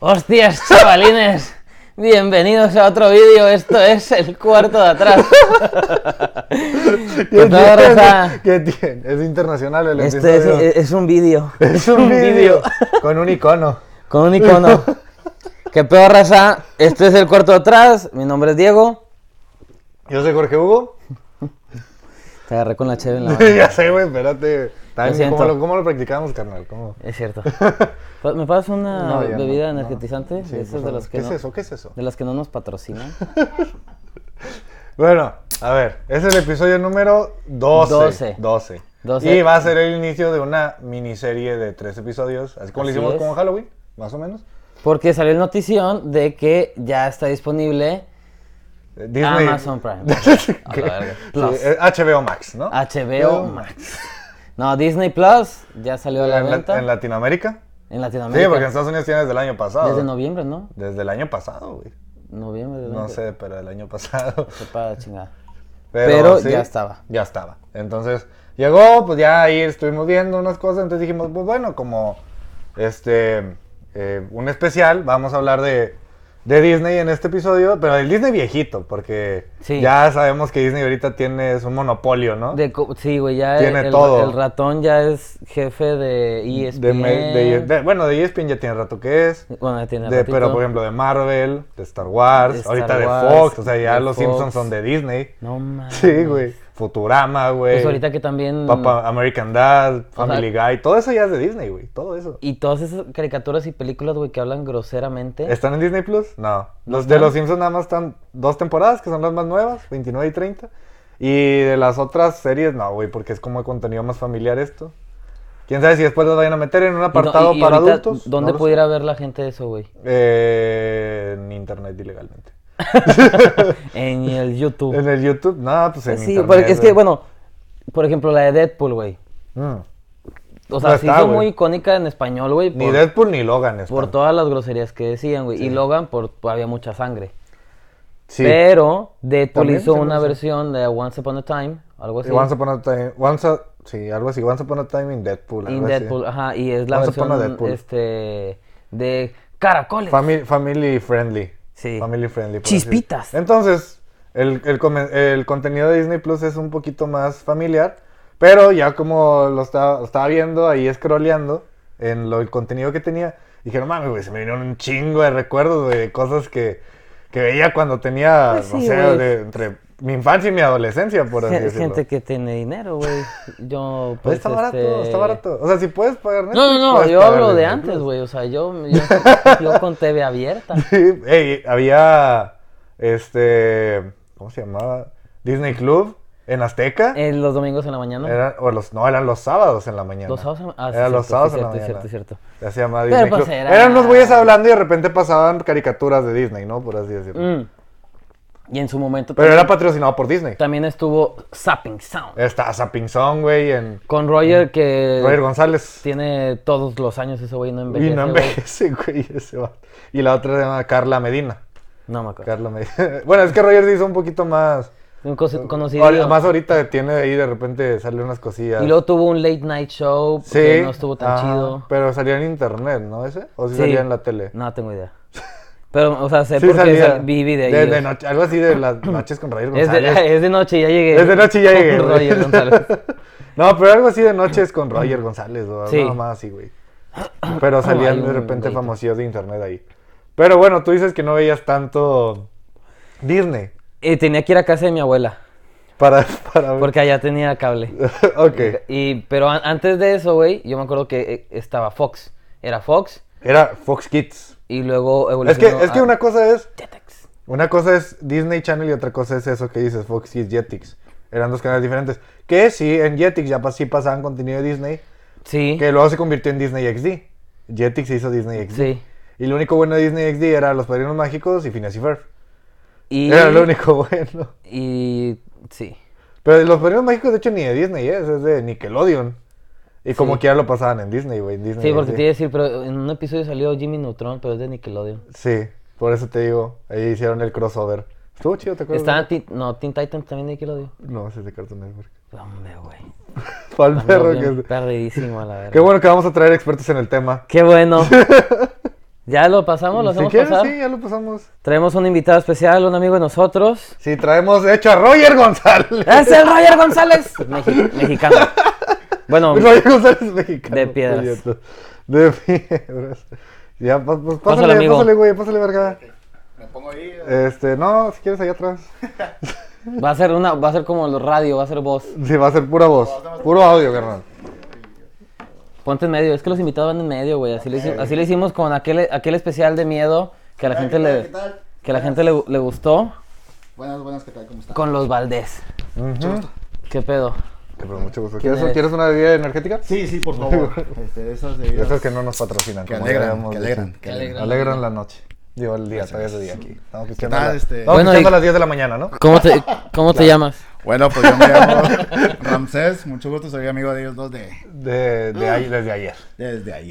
Hostias, chavalines. Bienvenidos a otro vídeo. Esto es el cuarto de atrás. ¿Qué Con toda raza. ¿Qué tiene? Es internacional el Este es, episodio. es un vídeo. Es un vídeo con un icono. Con un icono. Qué peor raza. Este es el cuarto de atrás. Mi nombre es Diego. Yo soy Jorge Hugo. Te agarré con la cheve en la mano. ya sé, güey, espérate. También, Ah. siento. ¿cómo, lo, ¿Cómo lo practicamos, carnal? ¿Cómo? Es cierto. Pa- ¿Me pasas una No, ya no, bebida no. energetizante? Sí, de por esas de favor. las que ¿Qué no, es eso? ¿Qué es eso? De las que no nos patrocinan. Bueno, a ver, es el episodio número 12. 12. 12. 12. Y va a ser el inicio de una miniserie de tres episodios, así como Así lo hicimos es. con Halloween, más o menos. Porque salió el notición de que ya está disponible Eh, Disney. Amazon Prime. A ¿Qué? la verga. Sí, Plus. eh, HBO Max, ¿no? HBO Max. No, Disney Plus ya salió a la En, la- venta en Latinoamérica. en Sí, porque en Latinoamérica. Estados Unidos tiene desde el año pasado. Desde noviembre, ¿no? Desde el año pasado, güey. Noviembre del No 20. sé, pero el año pasado. Sepa la chingada. Pero, Pero sí, ya estaba. Ya estaba. Entonces, llegó, pues ya ahí estuvimos viendo unas cosas. Entonces dijimos, pues bueno, como este, eh, un especial, vamos a hablar de, de Disney en este episodio, pero del Disney viejito, porque Sí. ya sabemos que Disney ahorita tiene es un monopolio, ¿no? De co- sí, güey, ya el- Tiene el, todo. el ratón ya es jefe de E ESPN. De me- de- E de- bueno, de ESPN ya tiene rato que es. bueno, ya tiene de- ratito. pero, por ejemplo, de Marvel, de Star Wars, De Star ahorita Wars, de Fox, o sea, ya de los Fox. Simpsons son de Disney. No mames. Sí, güey. Futurama, güey. Pues ahorita que también Papa, American Dad, Family Guy, todo eso ya es de Disney, güey. Todo eso. y todas esas caricaturas y películas, güey, que hablan groseramente. ¿Están en Disney Plus? No. ¿No Los de están? los Simpsons nada más están dos temporadas, que son las más nuevas, 29 y 30. Y de las otras series, no, güey, porque es como contenido más familiar esto. Quién sabe si después los vayan a meter en un Y no- apartado y- y para ahorita, adultos. ¿Dónde No lo sé. pudiera ver la gente eso, güey? Eh, en internet ilegalmente. en el YouTube. En el YouTube, no, pues en sí, internet. porque es que, güey. bueno, por ejemplo, la de Deadpool, güey. Mm. O sea, No sí está, fue güey. muy icónica en español, güey, Ni por, Deadpool ni Logan están. por todas las groserías que decían, güey. Y Logan, por pues, había mucha sangre. Sí. Pero Deadpool También hizo se me una hizo. versión de Once Upon a Time, algo así. Once Upon a Time. Once a- sí, algo así. Once Upon a Time in Deadpool. algo In así. Deadpool, ajá, y es la Once Upon a versión Deadpool. este, de caracoles. Family, family friendly. Sí. Family friendly. por Chispitas. así. Entonces, el, el come- el contenido de Disney Plus es un poquito más familiar. Pero ya como lo estaba, lo estaba viendo ahí scrolleando en lo, el contenido que tenía, dije, no mames, güey, se me vinieron un chingo de recuerdos, güey, de cosas que, que veía cuando tenía, Pues no sí, sé, güey. de- entre mi infancia y mi adolescencia, por así Gen- decirlo. gente que tiene dinero, güey. Yo, Pues pues, está barato, este, está barato. O sea, si puedes pagar Netflix, No, no, no, puedes yo pagar hablo de Disney antes, Plus. güey. O sea, yo, yo, yo con TV abierta. Sí, ey, había este, ¿cómo se llamaba? Disney Club en Azteca. Eh, los domingos en la mañana. Eran- o los, no, eran los sábados en la mañana. Los sábados en la- ah, sí, Eran cierto, los sí, sábados en la cierto, mañana. cierto, cierto. Ya se llamaba Pero Disney pues Club. era- Eran unos güeyes hablando y de repente pasaban caricaturas de Disney, ¿no? Por así decirlo. Mm. Y en su momento Pero también, era patrocinado por Disney. también estuvo Sapping Sound. Está Zapping Song, güey, en Con Roger que Roger González. tiene todos los años ese güey, no Y envejece. no güey. envejece, güey, ese vato. Y la otra se llama Carla Medina. No me acuerdo. Carla Medina. Bueno, es que Roger se hizo un poquito más... Un cosi- conocido. Ahora- Más ahorita tiene ahí de repente sale unas cosillas. Y luego tuvo un late night show Sí, Ah, que no estuvo tan ajá, chido. Pero salía en internet, ¿no ese? O si Sí. salía en la tele. No tengo idea. Pero, o sea, sé Sí porque salía. sal- vi vi de ahí. De, o sea. noche, algo así de las noches con Roger es, González. de, es de noche, ya llegué. Es de noche y ya llegué, Con güey. Roger González. Mm. No, pero algo así de noches con Roger González o Sí. algo más así, güey. Pero salían Hay de un repente güeyito. famosillos de internet ahí. Pero bueno, tú dices que no veías tanto Disney Y tenía que ir a casa de mi abuela. para, para ver. Porque allá tenía cable. ok. Y, pero an- antes de eso, güey, yo me acuerdo que eh, estaba Fox. Era Fox Era Fox Kids. y luego Es que, evolucionó es que a una cosa es Jetix. Una cosa es Disney Channel y otra cosa es eso que dices, Fox Kids Jetix. Eran dos canales diferentes. Que sí, en Jetix ya pas- sí pasaban contenido de Disney, Sí, que luego se convirtió en Disney XD. Jetix se hizo Disney XD. sí. Y lo único bueno de Disney XD era Los Padrinos Mágicos y Phineas y Ferb. Y, Era lo único bueno. Y sí. Pero Los Padrinos Mágicos, de hecho, ni de Disney es, es de Nickelodeon. Y como Sí. quiera lo pasaban en Disney, güey. en Disney Sí, porque XD. te iba a decir, pero en un episodio salió Jimmy Neutron, pero es de Nickelodeon. Sí, por eso te digo, ahí hicieron el crossover. Estuvo chido, ¿te acuerdas? Estaban Teen- no, Teen Titans también de Nickelodeon. No, ese es de Cartoon Network. Hombre, güey. Pal perro Ando bien que es- Perdidísimo, a la verdad. Qué bueno que vamos a traer expertos en el tema. Qué bueno. Ya lo pasamos, lo si hacemos quieres, pasar. sí, ya lo pasamos. Traemos un invitado especial, un amigo de nosotros. Sí, traemos, de hecho, a Roger González. ¡Es el Roger González! Mexi- mexicano. Bueno, Roger González es mexicano. De piedras. por cierto. De piedras. Ya, pues, pues, Pásale, pásale, amigo. pásale, güey, pásale, verga. Me pongo ahí. Este, no, si quieres, allá atrás. va a ser una, va a ser como los radio, va a ser voz. Sí, va a ser pura voz. Puro audio, carnal. Ponte en medio, es que los invitados van en medio, güey. Así, lo hici- así lo hicimos con aquel, aquel especial de miedo que a la Hola, gente ¿qué tal? le, ¿Qué tal? que a la gente le, le gustó Buenas, buenas, ¿qué tal? ¿Cómo están? con los Valdés. Ujú. ¿Qué pedo? Pero mucho gusto. ¿Quién ¿Quieres, eres? ¿Quieres una bebida energética? Sí, sí, por favor. este, de esas De bebidas esas que no nos patrocinan. que como ya alegran, habíamos que dicho. alegran, que alegran. alegran. Alegran la noche. Digo, el día, todavía es de día aquí. Estamos pisteando, tal, a la- este? estamos Bueno, pisteando y- a las 10 de la mañana, ¿no? ¿Cómo te, cómo te llamas? Bueno, pues yo me llamo Ramsés. Mucho gusto, soy amigo de ellos dos de, De, de Mm. ahí, desde ayer. desde ahí.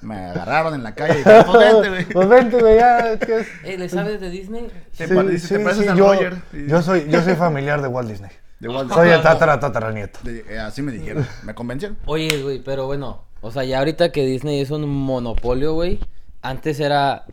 Me agarraron en la calle. y dijeron, "Pues vente, güey". Pues vente, güey, ya, es que es- Eh, ¿Le sabes de Disney? Te pare- si te pareces a yo, Roger. y- yo soy, yo soy familiar de Walt Disney. de Walt Soy el Disney. tatara tataranieto. De- eh, así me dijeron. Me convencieron. Oye, güey, pero bueno, o sea, ya ahorita que Disney es un monopolio, güey, antes era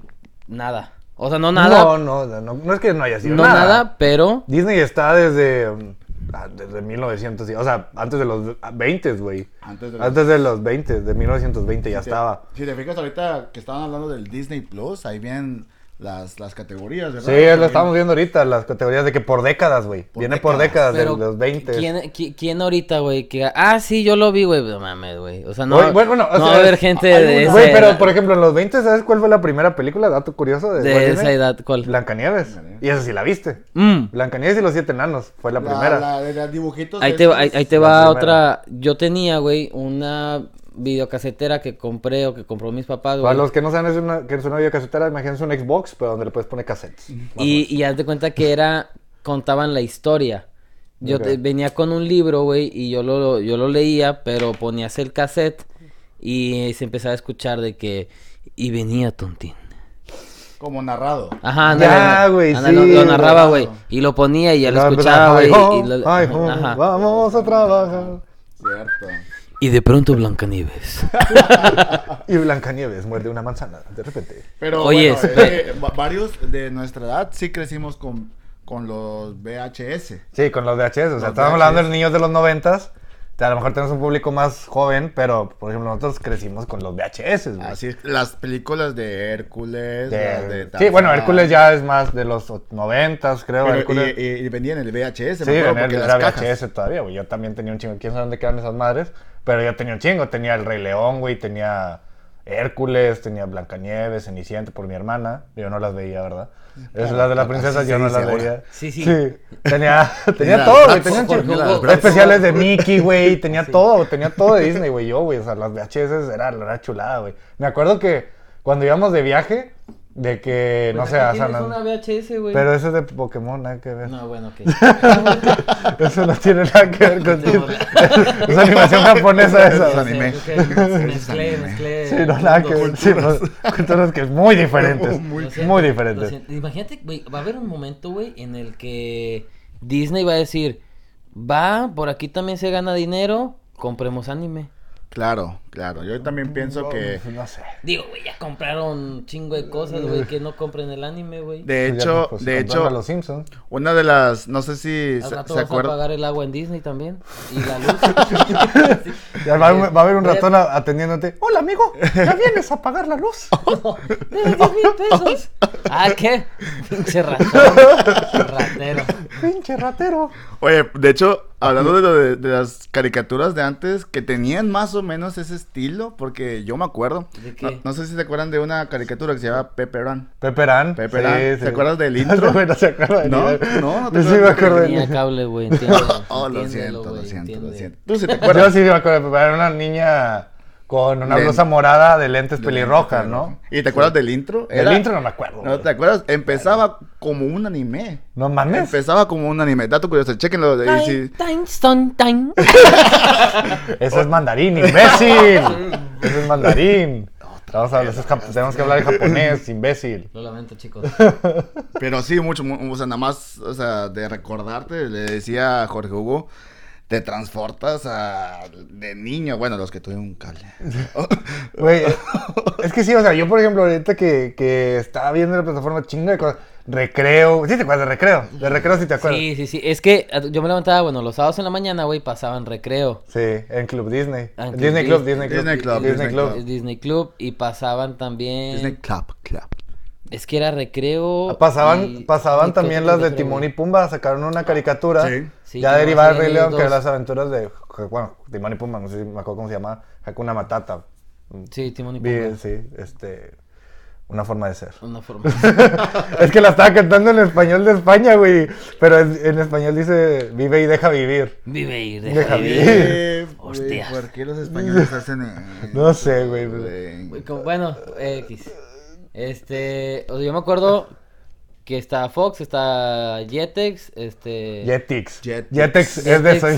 nada. O sea, no nada, No, no, no, no es que no haya sido no nada. nada pero Disney está desde, mm, ah, desde 1900, y- o sea, antes de los 20, güey. Antes de los- Antes de los 20, de 1920 ya estaba. Si te fijas ahorita que estaban hablando del Disney Plus, ahí vienen las, las categorías, ¿verdad? Sí, lo estamos viendo ahorita, las categorías de que por décadas, güey. Por Viene por décadas, décadas. de Pero, los 20. ¿quién, qui- quién ahorita, güey? Que... Ah, sí, yo lo vi, güey. No mames, güey. O sea, no, Oye, bueno, bueno, o no va sea, a haber gente hay de una- esa Güey, pero edad- por ejemplo, en los 20, ¿sabes cuál fue la primera película? Dato curioso. De, de Walt esa Disney. edad, ¿cuál? Blancanieves. Y esa sí la viste. Mm. Blancanieves y los siete enanos fue la La, primera. la de los dibujitos. Ahí es- te, va- ahí, ahí te la va primera. otra. Yo tenía, güey, una videocasetera que compré o que compró mis papás, Para güey. los que no saben, es una, que es una videocasetera, imagínense un Xbox, pero donde le puedes poner cassettes. Y, y haz de cuenta que era, contaban la historia. Yo Ok. te- venía con un libro, güey, y yo lo, yo lo leía, pero ponías el cassette y se empezaba a escuchar de que, y venía Tontín. Como narrado. Ajá, Ya, ándale, ándale. güey, Ándale, sí, lo, lo narraba, güey. güey. Y lo ponía y ya lo Luego escuchaba, güey. empezaba, "Ay, y ho, lo- ay, ho, ajá. vamos a trabajar. Cierto. Y de pronto Blancanieves. Y Blancanieves muerde una manzana, de repente. Pero Oye, bueno, espe- eh, va- varios de nuestra edad sí crecimos con, con los VHS. Sí, con los VHS. O Los sea, estamos hablando de VHS. niños de los noventas. A lo mejor tenemos un público más joven, pero por ejemplo, nosotros crecimos con los VHS. güey. Así es, las películas de Hércules. las de De- sí, Tarzán. bueno, Hércules ya es más de los o- noventas, creo. Pero, Hércules. y, y- y vendían el VHS. me Sí, acuerdo, en el- porque era las cajas. VHS todavía, güey. Yo también tenía un chingo. ¿Quién sabe dónde quedan esas madres? Pero yo tenía un chingo. Tenía El Rey León, güey. Tenía Hércules, tenía Blancanieves, Cenicienta por mi hermana. Yo no las veía, ¿verdad? Es las de las princesas, así yo se no las dice veía. ahora. Sí, sí. Tenía, tenía Mira, todo, güey. Blanco, Tenía un por chingo. mí las Los especiales de Mickey, güey. Tenía todo, tenía todo de Disney, güey. Yo, güey. O sea, las VHS era, era chulada, güey. Me acuerdo que cuando íbamos de viaje, de Pues que, no sé, a San una Andrés. VHS, güey. Pero eso es de Pokémon, nada que ver. No, bueno, ok. Eso no tiene nada que ver con Disney. Es animación japonesa Es esa. anime. Sí, creo que Mezclé, mezclé. Sí, no nada que ver. Sí, no, culturas que es muy Oh, diferentes. Lo Muy, siento, lo diferentes. siento. Imagínate, güey, va a haber un momento, güey, en el que Disney va a decir, va, por aquí también se gana dinero, compremos anime. Claro, claro. Yo también pienso que. No sé. Digo, güey, ya compraron un chingo de cosas, güey, que no compren el anime, güey. De Pues ya, hecho, pues, de compraron hecho, A los Simpsons. una de las. No sé si Al se, rato se vas a acuerdan. pagar el agua en Disney también. Y la luz. Ya va, a- va a haber un Oye, ratón a- atendiéndote. Hola, amigo. ¿Ya vienes a apagar la luz? Debes 10 mil pesos. Ah, ¿qué? Pinche ratón. Ratero. Pinche ratero. Oye, de hecho, hablando de, lo de, de las caricaturas de antes, que tenían más o menos ese estilo, porque yo me acuerdo. ¿De qué? No, no sé si se acuerdan de una caricatura que se llama Pepper Ann. Peperán. Peperán. ¿Te acuerdas del intro? No, no se acuerda. No, ni- no, no Yo te sí me acuerdas. acuerdo. Tenía de- cable, güey, entiéndelo. Oh, lo entiéndelo, siento, lo güey, siento, lo entiende. siento. Tú sí te acuerdas. Yo sí me acuerdo de Peperán. Era una niña con una Lente. blusa morada de lentes pelirrojas, ¿no? ¿Y te acuerdas del intro? El intro no me acuerdo. ¿No te acuerdas? Empezaba como un anime. No mames. Empezaba como un anime. Dato curioso, chequenlo. de- y si- Time, time, time. Eso Oh. es mandarín, imbécil. Eso es mandarín. Vamos a hablar- eso es jap- tenemos que hablar en japonés, imbécil. Lo lamento, chicos. Pero sí, mucho, mu- o sea, nada más, o sea, de recordarte, le decía a Jorge Hugo, te transportas a de niño. Bueno, los que tuvieron un cable. Güey, es que sí, o sea, yo por ejemplo, ahorita que, que estaba viendo la plataforma chinga de cosas, recreo, ¿sí te acuerdas de recreo? De recreo sí te acuerdas. Sí, Sí, sí, sí. Es que ah, yo me levantaba, bueno, los sábados en la mañana, güey, pasaban recreo. en Club Disney. Ah, en Disney Club Club, Disney Club. Disney Club, Disney Disney Club. Club. El Disney Club y pasaban también... Disney Club, Club. Es que era recreo... Ah, Pasaban, y- pasaban y también creo las que de recreo, Timón y güey. Pumba, sacaron una caricatura. Sí. Sí, ya que derivada más de Rey bien hay León, que eran dos. las aventuras de, bueno, Timón y Pumba, no sé si me acuerdo cómo se llama, Hakuna Matata. Sí, Timón y Vi, Pumba. sí, este, una forma de ser. Una forma. es que la estaba cantando en español de España, güey, pero en, en español dice, vive y deja vivir. Vive y Deja deja vivir. vivir. Hostias. Eh, ¿Por qué los españoles hacen eso, No sé, güey. Güey, como- bueno, X. Este, o sea, yo me acuerdo que está Fox, está Jetex, este... Jetix. Jetix. Jetix es de Jetix. Soy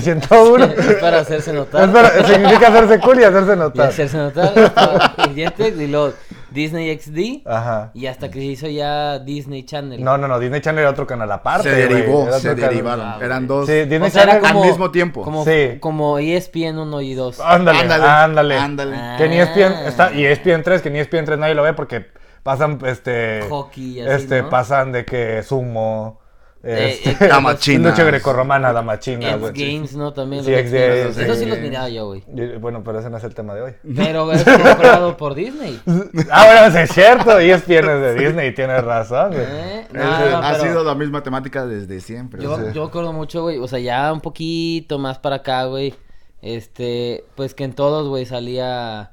101. es para hacerse notar. Es para- significa hacerse cool y hacerse Y notar. hacerse notar. está Jetix y luego Disney XD. Ajá. Y hasta que se hizo ya Disney Channel. No, no, no, Disney Channel era otro canal aparte. Se güey, derivó, era se otro canal. derivaron. Ah, Eran güey. dos. Sí, Disney O sea, era Channel. como- Al mismo tiempo. Como, Sí. Ah, como E ESPN 1 y 2. Ándale, ándale. Ándale. Ah. Que ni ESPN está y ESPN 3, que ni ESPN 3 nadie lo ve porque pasan este Hockey y así, este ¿no? pasan de que sumo Eh, este, eh, dama china. lucha grecorromana, dama china, güey. Games, ¿no? También. Sí, los X X-Games. Games, Eso sí sí. los miraba yo, güey. Y- Bueno, pero ese no es el tema de hoy. Pero es comprado por Disney. Ah, bueno, sí es cierto, ESPN es de Disney, tienes razón, güey. ¿Eh? Es- No, no, ha pero sido la misma temática desde siempre. o yo, sea. yo me acuerdo mucho, güey. O sea, ya un poquito más para acá, güey. Este, pues que en todos, güey, salía.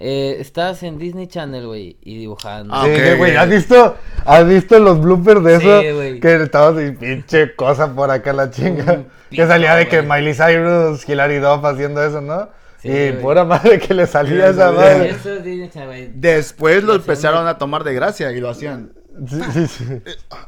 eh, estás en Disney Channel, güey, y dibujando. Ah, Sí, ok, que, güey, ok. ¿has visto, ¿has visto los bloopers de Sí, eso? güey. que estaba así, pinche cosa por acá la chinga. que pito, salía de que güey. Miley Cyrus, Hilary Duff haciendo eso, ¿no? Sí, y güey. pura madre que le salía Sí, esa sí, Güey, madre. Eso es Disney Channel, güey. Después lo empezaron a tomar de gracia y lo hacían. Sí, sí, sí.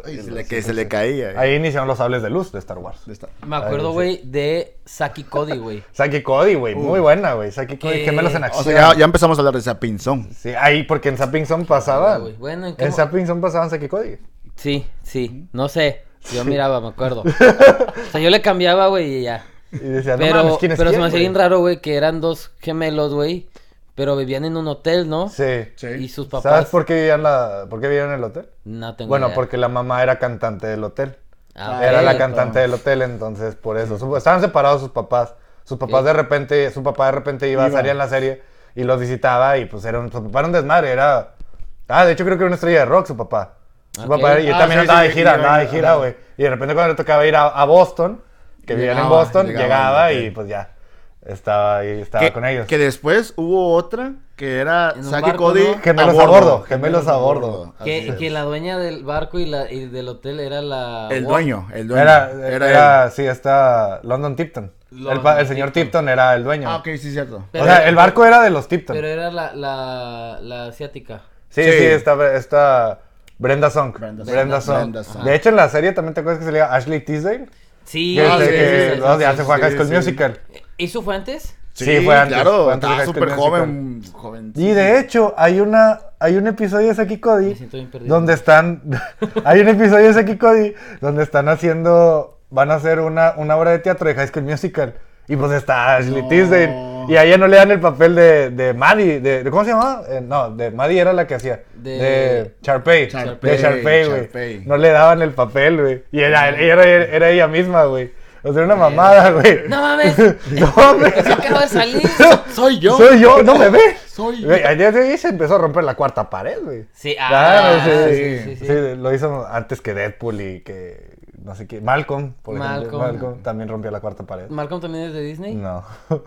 Ay, se le- que se le caía. eh. Ahí iniciaron los sables de luz de Star Wars. Ahí está. Me acuerdo, Ah, sí. güey, de Saki Cody, güey. Saki Cody, güey, muy buena, güey. Saki Cody, Que- gemelos en O acción. sea, ya, ya empezamos a hablar de esa pinzón. Sí, ahí, porque en Zapping Zone pasaban. güey. Bueno, ¿en en qué mo- Zapping Zone pasaban Saki Cody. Sí, sí, no sé. Yo miraba, me acuerdo. O sea, yo le cambiaba, güey, y ya. Y decían, Pero, no mames, ¿quién es pero se quién, me hacía güey?" bien raro, güey, que eran dos gemelos, güey, pero vivían en un hotel, ¿no? Sí. Sí. Y sus papás. ¿Sabes por qué vivían la, por qué vivían en el hotel? No tengo Bueno, idea. porque la mamá era cantante del hotel. Ah, Era ok, la ok. cantante del hotel, entonces por eso. Su- Estaban separados sus papás. Sus papás de repente, su papá de repente iba, a Iba. salir en la serie y los visitaba y pues era un, su papá era un desmadre, era... Ah, de hecho creo que era una estrella de rock su papá. Su Ok. papá, y Ah, también sí, andaba sí, de gira, iba, andaba de iba, gira, ajá. güey. Y de repente cuando le tocaba ir a, a Boston, que vivían en Llegaba, Boston, llegaba, llegaba, y ok. pues ya, estaba ahí, estaba que, con ellos. que después hubo otra que era En un Saki barco, Cody. ¿no? Gemelos a bordo, gemelos a bordo. Así Que, es. que la dueña del barco y, la, y del hotel era la. El Wa- dueño, el dueño. Era, Era era, sí, está London Tipton. el, pa- el London señor Tipton era el él. dueño. Ah, ok, sí, cierto. Pero- o sea, el barco era de los Tipton. Pero era la, la, la asiática. Sí, sí, Sí. está, está Brenda Song. Brenda, Brenda Song. Song. Brenda Song. De hecho, en la serie también te acuerdas que se le Ashley Tisdale. Sí, Que, Ah, este, sí, que sí, sí, ¿no? sí, ya sí, se fue a sí, High School sí. Musical. ¿Eso fue antes? Sí, fue antes, Claro, fue antes de estaba High School súper joven, Musical. joven. Y de hecho, hay una hay un episodio de Saki Cody Me siento bien perdido. donde están hay un episodio de Saki Cody donde están haciendo van a hacer una, una obra de teatro de High School Musical y pues está Ashley No. Tisdale y a ella no le dan el papel de, de Maddie, de, de- ¿cómo se llamaba? Eh, no, de Maddie era la que hacía de, De- Sharpay, Sharpay, de Sharpay, güey. Sharpay. No le daban el papel, güey. Y era, era, era ella misma, güey. O sea, era una mamada, güey. Eh. No mames. No mames. Se acaba de salir. Soy yo. Soy yo, no me ve. Soy- Güey, ayer de ahí se empezó a romper la cuarta pared, güey. Sí, ah, Claro, sí, sí, sí, sí, sí. Sí, lo hizo antes que Deadpool y que no sé qué. Malcolm, por ejemplo. Malcolm. Malcolm también rompió la cuarta pared. ¿Malcolm también es de Disney? No.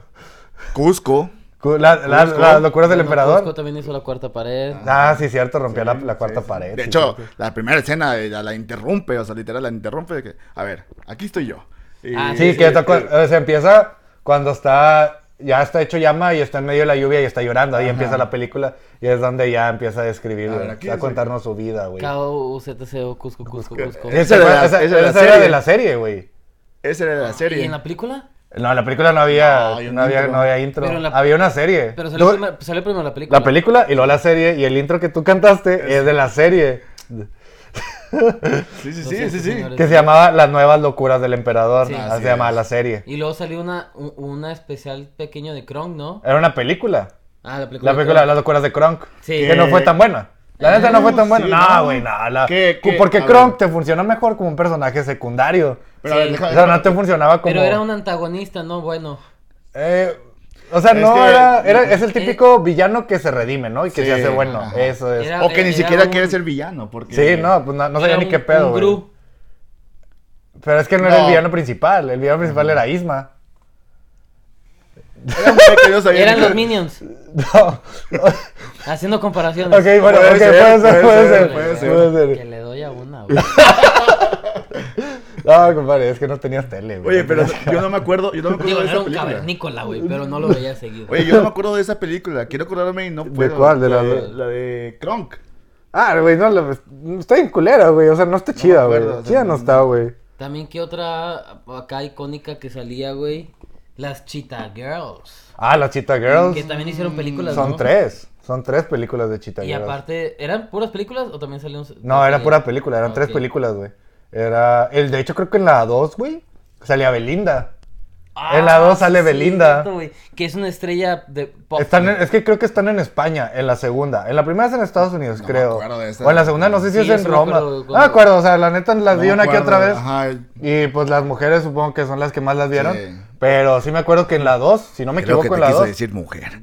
Cusco. La- la- Cusco. las locuras del Bueno, Cusco emperador. también hizo la cuarta pared. Ah, sí, cierto, rompió la, la cuarta pared. De sí, hecho, sí. la primera escena eh, la, la interrumpe, o sea, literal la interrumpe. de que, a ver, aquí estoy yo. Y- Ah, Sí, que está cu- o sea, empieza cuando está. Ya está hecho llama y está en medio de la lluvia y está llorando. Ahí empieza la película y es donde ya empieza a describir, A ver, güey, aquí a soy- contarnos su vida, güey. KO, UZTCO, Cusco, Cusco, Cusco. Eh, Esa, Esa de era- la- esa- esa de la esa era de serie. la serie, güey. Esa era la serie. ¿Y en la película? No, en la película no había, No, hay no, un había, intro. no había intro. Pero en la- Había una serie. Pero Tú- salió, primero, salió primero la película. La película y luego la serie. Y el intro que tú cantaste es de la serie. Lo Sí, sí, sí, siento, sí, sí. señores. Que se llamaba Las Nuevas Locuras del Emperador. Sí. Así Así se llamaba es. la serie. Y luego salió una, u- una especial pequeño de Kronk, ¿no? Era una película. Ah, la película. La de película de Kronk. Las Locuras de Kronk. Sí. Que no fue tan buena. La neta no fue tan Sí, buena. no. no, güey, no. la- ¿Qué, qué? Porque A Kronk te ver. funcionó mejor como un personaje secundario. Pero a ver, Sí. deja- O sea, no te funcionaba como. Pero era un antagonista, ¿no? Bueno. Eh, o sea, Es no que- eh, era, era- Es el típico villano que se redime, ¿no? Y que Sí, se hace bueno. ajá. Eso es. Era- O que ni Era siquiera un- quiere ser villano, porque... Sí, no, pues no, no sabía era ni un- qué pedo, un güey. Gru. Pero es que no, era el No. villano principal. El villano principal era Isma. Era un pues, güey que no sabía Eran ni- los Minions. No. Haciendo ok, comparaciones. bueno, Puede ok, ser, puede ser, puede ser. puede ser. puede Que ser. le doy a una, güey. No, compadre, es que no tenías tele, güey. Oye, pero yo no me acuerdo, yo no me Digo, acuerdo de no era esa un película. cavernícola, güey, pero no lo veía seguido. Oye, yo no me acuerdo de esa película, quiero acordarme y no puedo. cuál? ¿De la- de, la de Kronk. Ah, güey, no, la- estoy en culera, güey. O sea, no está chida, güey. acuerdo, o sea, chida no no- está, güey. También, ¿qué otra acá icónica que salía, güey? Las Cheetah Girls. Ah, las Cheetah Girls. Que también hicieron películas, Son ¿no? tres. Son tres películas de Cheetah Y Girls. aparte, ¿eran puras películas o también salieron? No, era pura película, eran Ah, tres ok. películas, güey. Era. El, de hecho, creo que en la 2, güey, salía Belinda. Ah, En la dos sale sí, Belinda. cierto, güey, que es una estrella de pop. Están en- es que creo que están en España, en la segunda. En la primera es en Estados Unidos, No me creo. acuerdo de esa. o en la segunda, no sé si Sí, es yo en sí me Roma. acuerdo No cuando- me acuerdo, o sea, la neta las vi No me Ah, una que acuerdo, otra vez. Ajá. Y pues las mujeres supongo que son las que más las vieron. Sí. Pero sí me acuerdo que en la 2, si no me Creo que equivoco, te en la quiso 2. decir mujer.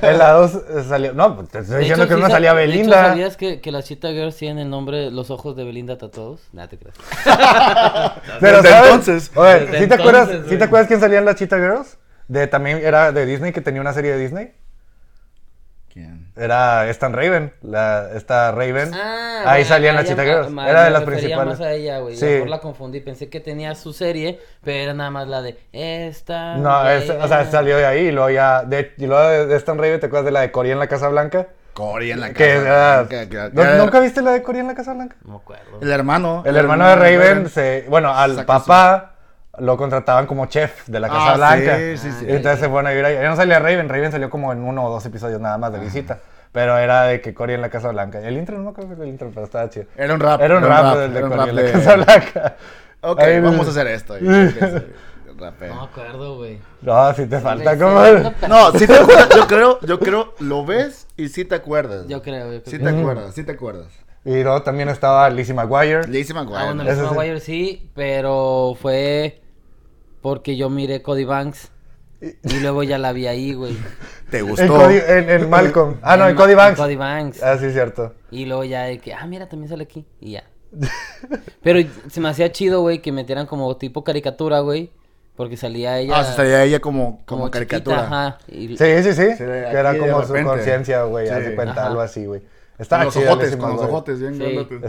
En la 2 salió. No, pues, te estoy De diciendo hecho, sí que en una sa- salía de hecho, Belinda. ¿Sabías que, que las Cheetah Girls tienen el nombre, los ojos de Belinda tatuados? Nada, te creas. Pero Desde ¿sabes? entonces. Oye, Desde ¿sí te, acuerdas, entonces, ¿sí te güey. acuerdas quién salía en las Cheetah Girls? De, también era de Disney, que tenía una serie de Disney. ¿Quién? Era Stan Raven, la, esta Raven. Ah, Ahí bueno, salían ya, las ya Cheetah me- Girls. me- Era me de las refería principales. más a ella, güey. Sí. Sí. Por la confundí. Pensé que tenía su serie, pero era nada más la de esta. No, es- o sea, baby. salió de ahí y luego ya. De, y luego de, de Stan Raven, ¿te acuerdas de la de Cory en la Casa Blanca? Cory en la Que era- casa. que- que- ¿No- que era- ¿Nunca viste la de Cory en la Casa Blanca? No me acuerdo. El hermano. El hermano de Raven, se, bueno, al Saca su- papá lo contrataban como chef de la Casa Ah, Blanca. sí, sí, sí. Y Entonces se fueron a vivir ahí. Ya no salía Raven, Raven salió como en uno o dos episodios nada más de Ah. visita. Pero era de que Cory en la Casa Blanca. El intro no creo que era el intro, pero estaba chido. Era un rap. Era un rap del de era un Cory rap en la de- Casa Blanca. Ok, Ahí- vamos a hacer esto. y- el No me rapero. acuerdo, güey. Ah, No, si te falta Sí, como. sí, no, No, sí te acuerdas, yo creo, yo creo, lo ves y sí te acuerdas. Yo creo, yo creo. Sí te acuerdas, sí te acuerdas. Y luego también estaba Lizzie McGuire. Lizzie Ah, bueno, McGuire. el Eso sí. Wire sí, pero fue porque yo miré Cody Banks y luego ya la vi ahí, güey. ¿Te En, gustó? Cody, en- en Malcolm. Ah, no, en En Cody Ma- en Banks. Cody Banks. Ah, sí, cierto. Y luego ya de que, ah, mira, también sale aquí. Y ya. Pero se me hacía chido, güey, que metieran como tipo caricatura, güey. Porque salía ella. Ah, sí, salía ella como, como, chiquita, caricatura. ajá, y- Sí, sí, sí. Sí, que aquí era de como su repente. conciencia, güey. Sí. Haz de cuenta, Ajá. algo así, güey. Estaba Con los chida ojotes, Lizzie con los McGuire. ojotes, bien Sí. grandotes.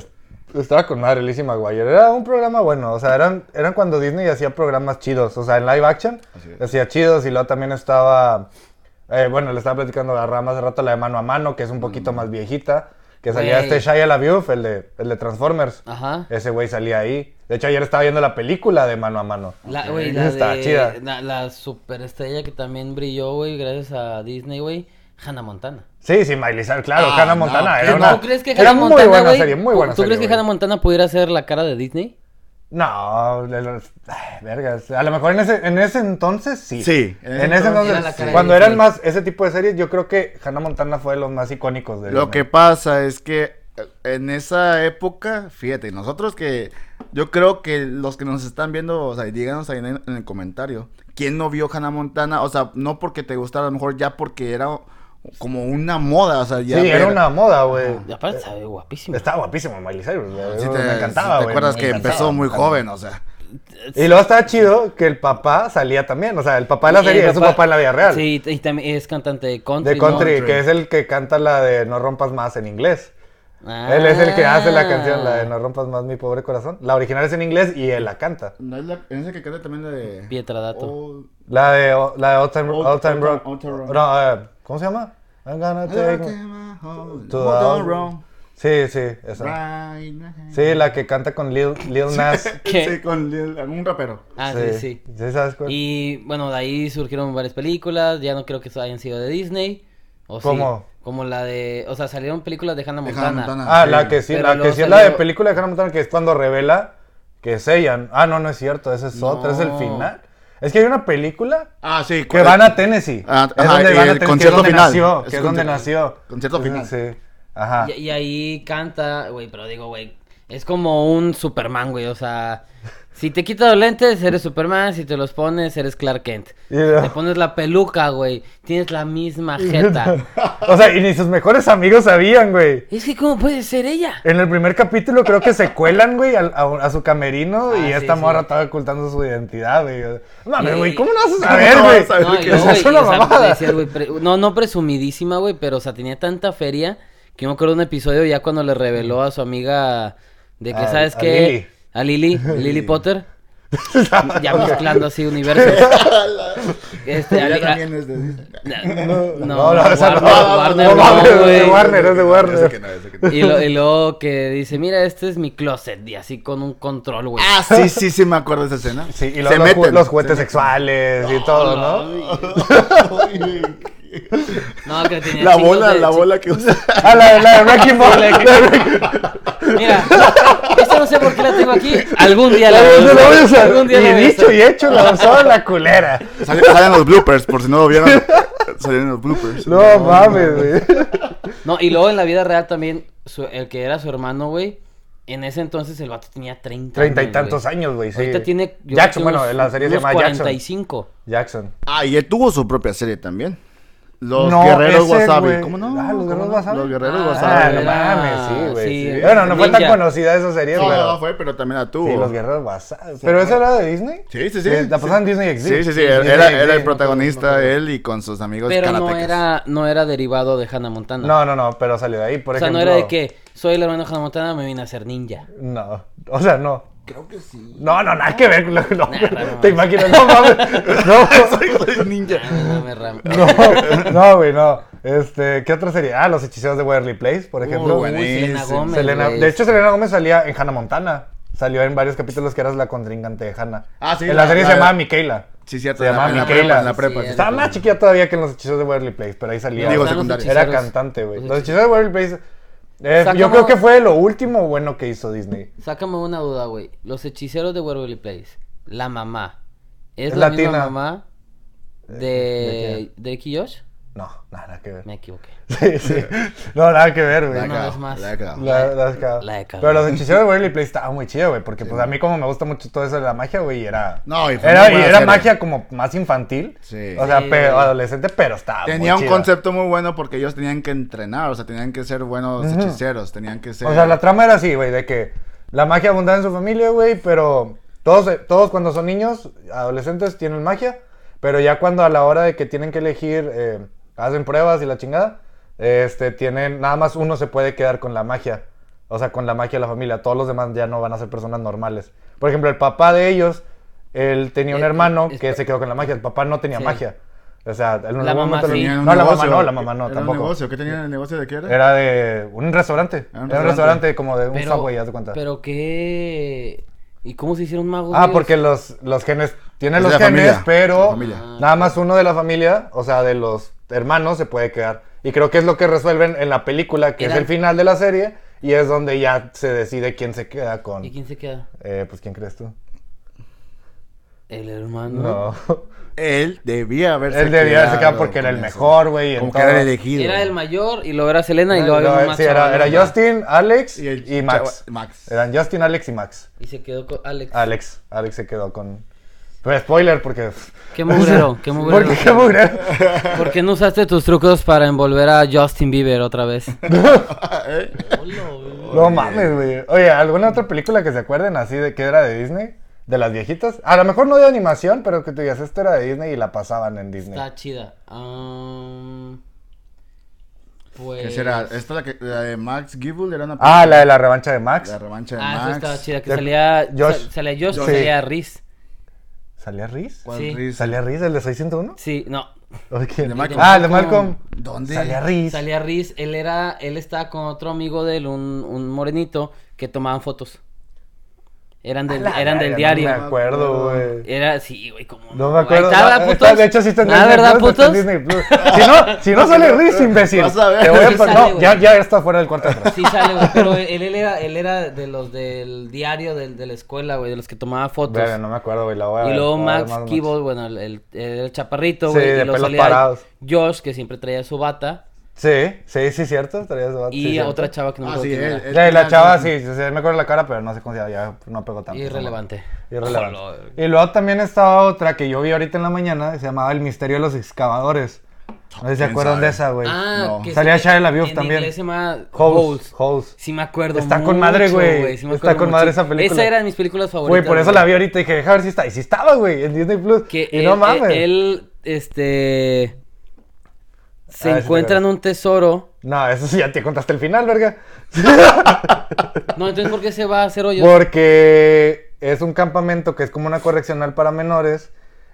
Es- Estaba con madre Lizzie McGuire. Era un programa bueno. O sea, eran, eran cuando Disney hacía programas chidos. O sea, en live action Así es. hacía chidos. Y luego también estaba. eh, bueno, le estaba platicando a Rama hace rato la de mano a mano, que es un poquito Mm. más viejita. Que salía Güey. este Shia LaBeouf, el de, el de Transformers. Ah. Ajá. Ese güey salía ahí. De hecho, ayer estaba viendo la película de mano a mano. La, güey, Esa la estaba de- chida. La, la superestrella que también brilló, güey, gracias a Disney, güey. Hannah Montana. Sí, sí, Miley Cyrus, claro, Ah, Hannah no, Ah, Montana. ¿qué era no? una, ¿Tú crees que era Hannah muy Montana, buena güey, serie, muy buena ¿Tú crees serie, que Hannah güey. Montana pudiera ser la cara de Disney? No, le- le- ay, vergas. A lo mejor en ese, en ese entonces sí. Sí, En, ese entonces, era la cara de cuando Disney. eran más ese tipo de series, yo creo que Hannah Montana fue de los más icónicos de Lo que pasa es que eh, en esa época, fíjate, nosotros que yo creo que los que nos están viendo, o sea, díganos ahí en el, en el comentario, ¿quién no vio Hannah Montana? O sea, no porque te gustara, a lo mejor ya porque era como una moda, o sea, Sí, ya era ver- una moda, güey. Y aparte, sabe guapísima. Estaba guapísimo Miley Cyrus, güey. Sí te, me encantaba, sí güey. ¿Te acuerdas me que encantaba, empezó muy me encantaba. joven, o sea? Y luego estaba chido que el papá salía también. O sea, el papá de la Y serie el es su papá en la vida real. Sí, y también es cantante de country. De country, ¿no? que es el que canta la de No rompas más en inglés. ¿no? Ah. Él es el que hace la canción, la de No rompas más mi pobre corazón. La original es en inglés y él la canta. ¿No es la, en esa que canta también la de... Pietradato. Oh, La de, o- la de Old Time, Old- Old Time Old Time- Rock. Old Time Rock. No, eh, ¿cómo se llama? I'm gonna take my- to the old- Sí, sí, esa. Sí, la que canta con Lil, Lil Nas. ¿Qué? Sí, con Lil- algún rapero. Ah, sí, sí. Sí, ¿sabes cuál? Y bueno, de ahí surgieron varias películas. Ya no creo que hayan sido de Disney. ¿o sí? ¿Cómo? Como la de. O sea, salieron películas de Hannah De Montana. Hannah Montana. Ah, sí. la que sí, Pero la que luego sí es la de salió- película de Hannah Montana, que es cuando revela que es ella. Ah, no, no es cierto, ese es otra, es el No. final. Es que hay una película Ah, sí. que van a Tennessee. Ah, es ajá, donde y van a Tennessee, el que es concierto donde final. nació, Es que es conci- donde nació. concierto final. Sí, ajá. Y, y ahí canta, güey, pero digo, güey, es como un Superman, güey, o sea, si te quitas los lentes, eres Superman, si te los pones, eres Clark Kent. Y luego- Te pones la peluca, güey, tienes la misma jeta. o sea, y ni sus mejores amigos sabían, güey. es que, ¿cómo puede ser ella? En el primer capítulo creo que se cuelan, güey, al- a, a su camerino Ah, y sí, esta sí. morra estaba ocultando su identidad, güey. Mames, Y- güey, ¿cómo no vas a ¿Cómo Ah, no vas a saber, saber güey? No, que y O luego, sea, güey, es una esa mamada. decías, güey, pre- no, no presumidísima, güey, pero, o sea, tenía tanta feria que yo me acuerdo de un episodio ya cuando le reveló a su amiga de que, A- ¿sabes a qué? Lily. A Lily, Lily Potter. ya mezclando así universos. Este, a, Ella Li- a- también es de Disney. No, No, no, esa no. Warner, No, no, Warner, güey. de Warner, es de Warner. Yo sé que no, yo sé que no. Y, lo- y luego que dice, mira, este es mi closet. Y así con un control, güey. Ah, sí, sí, sí, me acuerdo de esa escena. Sí, y Se luego los, ju- meten, los juguetes se sexuales y todo, ¿no? meten. No, que tenía La chingos bola, de- la chi- bola que usa. Ah, la, la de Wrecking Ball. la de Wrecking- Mira, esta no sé por qué la tengo aquí. Algún día la la de- voy a la usar, voy a usar. Algún día la Y voy a dicho usar. y hecho, la usaba la culera. Salen, salen los bloopers, por si no lo vieron. Salieron los bloopers. No mames, güey. No, y luego en la vida real también, su- el que era su hermano, güey. En ese entonces el vato tenía 30 Treinta y años, tantos güey. años, güey. sí. Ahorita tiene. yo Jackson, creo que bueno, unos- en la serie se unos llama Jackson. 45. Jackson. Ah, y él tuvo su propia serie también. Los No, Guerreros ese, Wasabi. güey. ¿Cómo no? Ah, ¿Los ¿Cómo Guerreros no? Wasabi? Los Guerreros Ah, Ah, Wasabi. no era- mames, sí, güey. sí, sí. Bueno, no fue tan Ninja. conocida esa serie, No, pero. no, no fue, pero también la tuvo. Sí, los guerreros basales. Pero esa era de Disney. Sí, sí, sí. Eh, La Sí. pasaban en Disney XD. Sí, sí, sí. Era, Disney era el XD. protagonista, él y con sus amigos Pero no karatecas. era, no era derivado de Hannah Montana. No, no, no, pero salió de ahí, por o sea, ejemplo. no era de que soy el hermano de Hannah Montana, me vine a ser ninja. No, o sea, no. Creo que sí. No, no, nada que ver. No, no, no, te imaginas, no mames. No, Soy ninja. Ah, No me ram- no, no, güey, no. Este, ¿qué otra serie? Ah, Los hechiceros de Waverly Place, por ejemplo. Uy, Selena buenísimo. Gómez. Selena, güey. este. de hecho, Selena Gómez salía en Hannah Montana. Salió en varios capítulos que eras la contrincante de Hannah. Ah, sí, En la, la- serie la- se llamaba Michaela. Sí, cierto. Se en la- llamaba en la Micaela. prepa, en la Sí, prepa. sí, era- Estaba más chiquilla todavía que en Los hechizos de Waverly Place, pero ahí salía. Digo, O sea, secundaria. Era Hechiceros. cantante, güey. Los Los hechiceros de Waverly Place. eh, O sea, yo como- creo que fue lo último bueno que hizo Disney. Sácame una duda, güey. Los hechiceros de Waverly Place. La mamá. ¿Es Es la latina. Eh, misma mamá de ¿de Drake y Josh? No, nada que ver. Me equivoqué. Sí, sí. No, nada que ver, güey. La he Una cagado, vez más. la he cagado. La, la has cagado. La he cagado. Pero los hechiceros de Waverly Place estaba muy chido, güey. Porque pues a mí como me gusta mucho todo eso de la magia, güey, era. No, y fue era, muy y buena era serie. magia como más infantil. Sí. O sea, Sí, pero güey. adolescente, pero estaba. muy Tenía un chida. concepto muy bueno porque ellos tenían que entrenar, o sea, tenían que ser buenos hechiceros, tenían que ser... O sea, la trama era así, güey, de que la magia abundaba en su familia, güey, pero todos, eh, todos cuando son niños, adolescentes, tienen magia, pero ya cuando a la hora de que tienen que elegir, eh, hacen pruebas y la chingada, este, tienen, nada más uno se puede quedar con la magia, o sea, con la magia de la familia, todos los demás ya no van a ser personas normales. Por ejemplo, el papá de ellos, él tenía un Eh, hermano es- que se quedó con la magia, el papá no tenía Sí. magia. O sea, en algún mamá momento lo- sí. tenían un No, la mamá negocio. no, la mamá no, Era tampoco. un negocio, ¿qué tenían en el negocio de qué era? Era de un restaurante. Era un restaurante, como de un Pero, subway, haz de cuenta. pero qué... ¿Y cómo se hicieron magos? ah, ellos? porque los, los genes. Tiene Es los de la genes, familia, de la pero familia. Ah. nada más uno de la familia, o sea, de los hermanos, se puede quedar. Y creo que es lo que resuelven en la película, que es Eran- el final de la serie, y es donde ya se decide quién se queda con. ¿Y quién se queda? Eh, pues, ¿quién crees tú? El hermano. ¿Mm? No. Él debía haberse Él debía haberse quedado Pues quedado porque era con el eso. mejor, güey. en Como que todo. era el elegido. Era el mayor y luego era Selena y luego había No, uno más sí, era, era chavalón, ¿no? Justin, Alex Y y, el Max. chava- Max. Eran Justin, Alex y Max. Y se quedó con Alex. Alex, Alex se quedó con. Pero spoiler, porque. Qué mugrero, qué mugrero. Porque qué mugrero. ¿Por qué no usaste tus trucos para envolver a Justin Bieber otra vez? ¿Eh? No mames, güey. Oye, ¿alguna otra película que se acuerden así de que era de Disney? ¿De las viejitas? A lo mejor no de animación, pero que tú digas, esto era de Disney y la pasaban en Disney. Está chida. Am, pues. ¿Qué será? ¿Esta la, que, la de Max Gibble? ¿Era una Ah, la de la revancha de Max. La revancha de Ah, esa Max. estaba chida. Que Ya- salía Josh. sal- salía Josh, Josh. salía Riz. ¿Salía Riz? ¿Cuál Sí. risa? ¿Salía Riz, el de 601? Sí, no. ¿O de quién? De Malcolm. Ah, el de Malcolm. ¿Dónde? Salía Riz. Salía Riz. Él era, él estaba con otro amigo de él, un, un morenito, que tomaban fotos. Eran del, La eran del verga, diario. No me acuerdo, güey. Era, sí, güey, como. No me acuerdo. Ahí está, Ah, putos. de hecho, sí está en Ah, Disney ¿verdad, Plus, está en putos? Disney Plus. Si no, si no sale Riz, imbécil. Vas a ver. Te voy a Sí pa- sale, no, güey. ya, ya está fuera del cuarto atrás. Sí sale, güey, pero él, él era, él era de los del diario del, de la escuela, güey, de los que tomaba fotos. Verga, no me acuerdo, güey. La voy a Y ver, luego la voy a ver Max más o menos. Kibble, bueno, el, el- el chaparrito, Sí, güey. y de luego pelos salía parados. Josh, que siempre traía su bata. Sí, sí, sí, cierto. traía ese vato, Y sí, cierto. otra chava que no me Ah, acuerdo sí, quién él- era. él- La, la Era- chava, sí, sí, sí, me acuerdo la cara, pero no sé cómo se llama, ya no pegó tanto. Irrelevante. Irrelevante. Joder. Y luego también estaba otra que yo vi ahorita en la mañana, que se llamaba El Misterio de los Excavadores. No sé si se ¿Quién acuerdan sabe? de esa, güey. Ah, No. que Salía se- Shia LaBeouf en también. inglés se llama Holes. Holes. Holes. Sí me acuerdo Está con madre, mucho, güey. sí me Está acuerdo con madre esa película. Esa era de mis películas favoritas. Güey, por eso la vi ahorita y dije, déjame ver si está. Y si estaba, güey, en Disney Plus. Que y él, no mames. él- él, este... Se Ah, sí, encuentran claro. un tesoro. No, eso sí, ya te contaste el final, verga. No, entonces, ¿por qué se va a hacer hoyos? Porque es un campamento que es como una correccional para menores.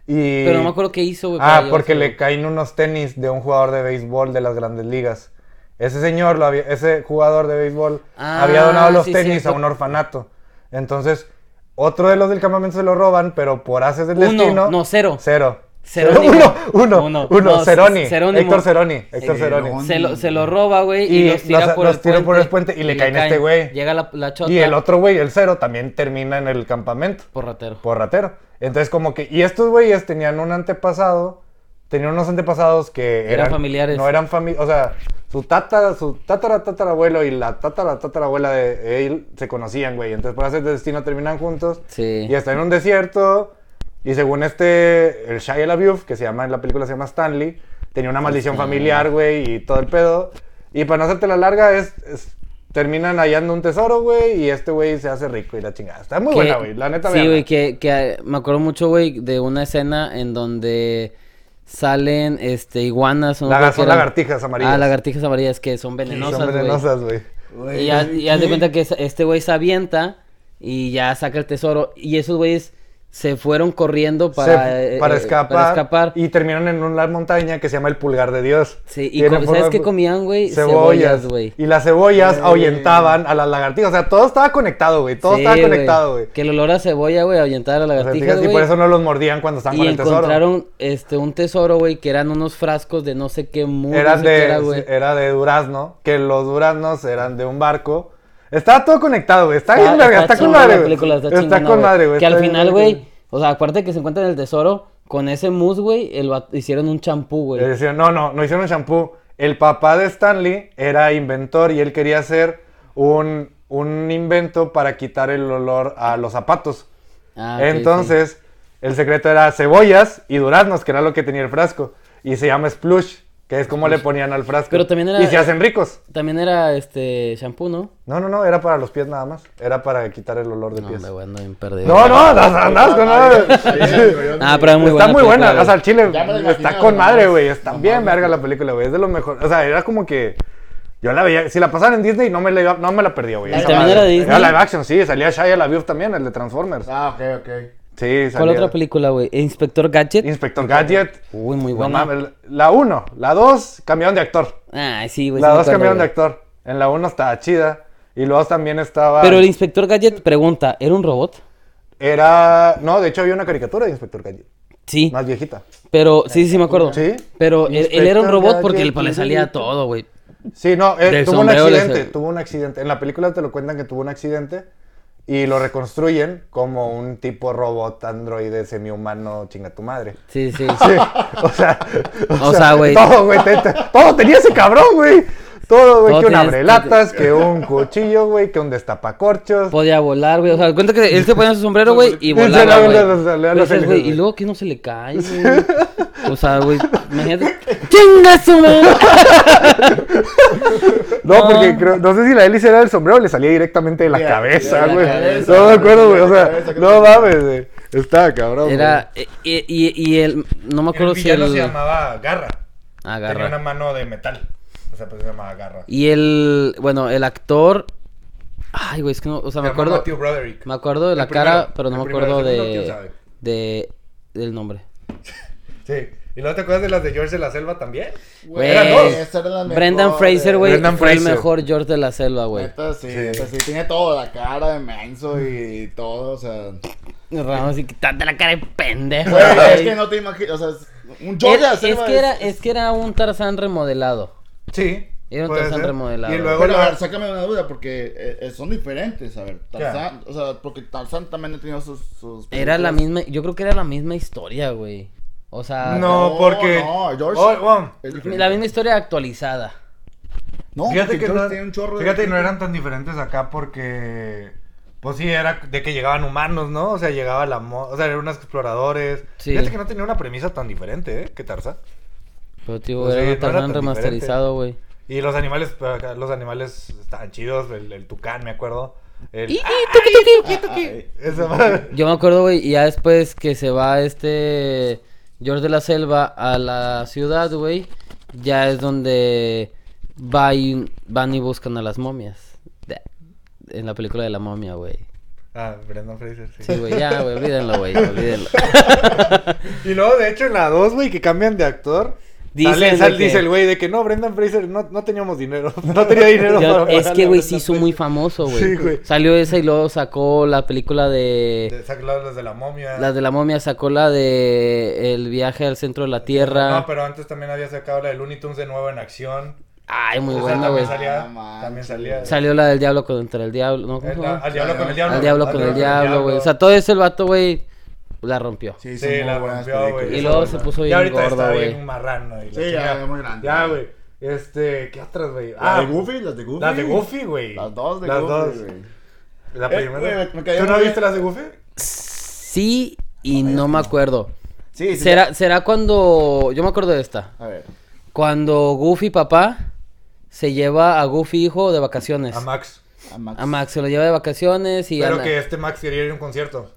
Y... Pero no me acuerdo qué hizo, güey. para Ah, llevarse, porque güey. le caen unos tenis de un jugador de béisbol de las grandes ligas. Ese señor, lo había- ese jugador de béisbol, Ah, había donado los sí, tenis cierto. a un orfanato. Entonces, otro de los del campamento se lo roban, pero por haces del Uno, destino. no, cero. Cero. Cerónimo. Uno, uno, uno, Uno, no, Ceroni. Cerónimo. Héctor Ceroni. Héctor Ceroni. Ceroni. Se lo, se lo roba, güey, y, Y los tira, los- por, los el tira puente, por el puente y le caen a este güey. Llega la, la chota. Y el otro güey, el cero, también termina en el campamento. Por ratero. por ratero. Entonces, como que. Y estos güeyes tenían un antepasado. Tenían unos antepasados que Eran familiares. No eran familiares. O sea, su tata, su tatara tatarabuelo y la tatara tatarabuela de él se conocían, güey. Entonces, por hacer destino terminan juntos. Sí. Y está en un desierto. Y según este, el Shia LaBeouf, que se llama en la película se llama Stanley, tenía una maldición Este. familiar, güey, y todo el pedo. Y para no hacerte la larga, es, es- terminan hallando un tesoro, güey, y este güey se hace rico y la chingada. Está muy Que- buena, güey, la neta. Sí, véanla. güey, que, que eh, me acuerdo mucho, güey, de una escena en donde salen este iguanas. o no Laga- creo que son eran- lagartijas amarillas. Ah, lagartijas amarillas que son Sí, venenosas, son güey. venenosas, güey. Y ya, y haz de cuenta que esa- este güey se avienta y ya saca el tesoro. Y esos güeyes se fueron corriendo para, Se- eh, para eh, escapar, para escapar. Y terminaron en una montaña que se llama el pulgar de Dios. Sí, y Tiene co- forma ¿sabes de qué pu- comían, güey? Cebollas, Cebollas, güey. Y las cebollas Güey. ahuyentaban a las lagartijas. O sea, todo estaba conectado, güey. Todo Sí, estaba güey. conectado, güey. Que el olor a cebolla, güey, ahuyentaba a las Las lagartijas, güey. lagartijas, y por eso no los mordían cuando estaban y con el tesoro. encontraron este un tesoro, güey, que eran unos frascos de no sé qué mundo, eran de, era, güey. era de durazno, que los duraznos eran de un barco. Estaba todo conectado, güey. Está, bien, Está- verga, está está con chingona madre, la güey. película, está Está chingona, con madre, güey. Que está al bien, final, güey, o sea, aparte de que se encuentran el tesoro, con ese mousse, güey, el vato- hicieron un champú, Le güey. decían, no, no, no hicieron shampoo. El papá de Stanley era inventor y él quería hacer un, un invento para quitar el olor a los zapatos. Ah, ok, sí. Entonces, el secreto era cebollas y duraznos, que era lo que tenía el frasco. Y se llama splush, que es como le ponían al frasco. Pero también era- Y se hacen ricos. También era este champú, ¿no? No, no, no, era para los pies nada más. Era para quitar el olor de No, pies. hombre, güey, ando bien perdido. No, no, andas con Ah, Ah, pero es muy está muy película, buena. güey. O sea, el chile Ya me la está imagino, con nomás. madre, güey. Está bien verga la película, güey. Es de lo mejor. O sea, era como que. Yo la veía. Si la pasaban en Disney, no me la, iba- no me la perdía, güey. ¿Y Esa también madre. era de Disney? live action, sí. Salía Shia LaBeouf también, el de Transformers. Ah, ok, ok. Sí, salía. ¿Cuál otra película, güey? ¿Inspector Gadget? Inspector Gadget. Uy, muy No buena. mames, La 1. La 2, cambiaron de actor. Ah, sí, güey. La sí me 2 acuerdo, cambiaron de güey. actor. En la 1 estaba chida. Y luego también estaba. Pero el Inspector Gadget pregunta, ¿era un robot? Era. No, de hecho había una caricatura de Inspector Gadget. Sí. Más viejita. Pero sí, sí, me acuerdo. ¿Sí? Pero él, él era un Inspector robot porque pues, Gadget, le, le salía Inspector- todo, güey. Sí, no, eh, Del tuvo un sombrero le accidente, sal- tuvo un accidente. En la película te lo cuentan que tuvo un accidente y lo reconstruyen como un tipo robot androide semihumano, chinga tu madre. Sí, sí. Sí, o sea, O sea, güey. Todo, güey, te- te- todo tenía ese cabrón, güey. Todo, güey, Todo que un tenías- abrelatas, que un cuchillo, güey, que un destapacorchos. Podía volar, güey. O sea, cuenta que él se ponía su sombrero, güey, y Sí, volaba, se le- güey. le- le- le- le- Pero dices, le- güey, le- Y luego que no se le cae, güey. O sea, güey, imagínate. ¡Chinga su madre! No, No. porque creo- no sé si la hélice era del sombrero o le salía directamente de la De la- cabeza, de la güey. cabeza, No me güey, acuerdo, güey. de O la sea, cabeza que no te- mames, güey. Estaba cabrón, Era. eh, Y, y, y él. No me acuerdo si él. llamaba Garra. Tenía una Agarra. mano de metal. O sea, pues se llamaba Garra. Y el. Bueno, el actor. Ay, güey, es que no. O sea, me acuerdo. Matthew Broderick. Me acuerdo de la primero, cara, pero no el me primero, acuerdo el segundo, quién de. sabe. De. Del nombre. Sí. ¿Y luego te acuerdas de las de George de la Selva también? Güey, Eran dos. esa era la mejor, eh. Brendan Fraser, güey, Brendan fue el Fraser. mejor George de la selva, güey. Neta, sí, Sí. neta, sí, tiene toda la cara de menso y todo, o sea. Ramos y quítate la cara de pendejo. Güey, es güey. que no te imaginas, o sea, es- un Era- George de la es, Selva que era, es que era un Tarzán remodelado. Sí. Era un puede Tarzán ser. remodelado. Y luego Pero, la- a ver, sácame una duda, porque eh, eh, son diferentes, a ver, Tarzán, o sea, porque Tarzán también ha tenido sus... sus Era la películas. misma, yo creo que era la misma historia, güey. O sea, No, No, porque. no, George- Oh, bueno, Es diferente. la misma historia actualizada. No, Fíjate porque que George no, tiene un chorro de- fíjate, no eran tan diferentes acá porque. Pues sí, era de que llegaban humanos, ¿no? O sea, llegaba la. mo- O sea, eran unos exploradores. Sí. Fíjate que no tenía una premisa tan diferente, ¿eh? Que Tarzán. Pero, tío, O sea, era no un era Tarzán tan remasterizado, güey. Y los animales, pero acá los animales estaban chidos. El, el tucán, me acuerdo. El- Y- y tuqui, tuqui, tuqui, Ah, tuqui. eh, Esa madre. Yo me acuerdo, güey, y ya después que se va este George de la Selva a la ciudad, güey, ya es donde va y- van y buscan a las momias. De- En la película de la momia, güey. Ah, Brendan Fraser, sí. Sí, güey, ya, güey, olvídenlo, güey, olvídenlo. Y luego, de hecho, en la 2, güey, que cambian de actor. Dicen sale- de sale- que- Dice el güey de que no, Brendan Fraser, no, no teníamos dinero. No tenía dinero Yo- para es pagarle que, a güey, Brendan se hizo Fraser. muy famoso, güey. Sí, güey. Salió esa y luego sacó la película de... De, saca la- las de la momia. La Eh, de la momia, sacó la de... El viaje al centro de la Tierra. No, pero antes también había sacado la de Looney Tunes de nuevo en acción. Ay, muy O sea, buena, también güey. salía- Ah, manches. también salía. Salió la del diablo contra el diablo, ¿no? ¿Cómo Eh, se la- llama? al diablo con el diablo. Al diablo con el diablo, güey. O sea, todo eso el vato, güey, la rompió. Sí, Sí, son muy la buenas rompió, güey. películas. Y luego se puso bien Y ahorita gordo, está güey. bien marrano. y la Sí, ya, chingada. ya muy grande. Ya, güey. Este, ¿qué otras, güey? Ah, de Goofy, las de Goofy. Las de Goofy, güey. Las dos de Las Goofy, dos. güey. La Eh, primera. güey, me- me cayó ¿Tú no muy viste bien. las de Goofy? Sí y no me acuerdo. Sí, sí. ¿Será, será cuando... Yo me acuerdo de esta. A ver. Cuando Goofy papá se lleva a Goofy hijo de vacaciones. A Max. A Max. A Max se lo lleva de vacaciones y... Pero Ana- que este Max quería ir a un concierto.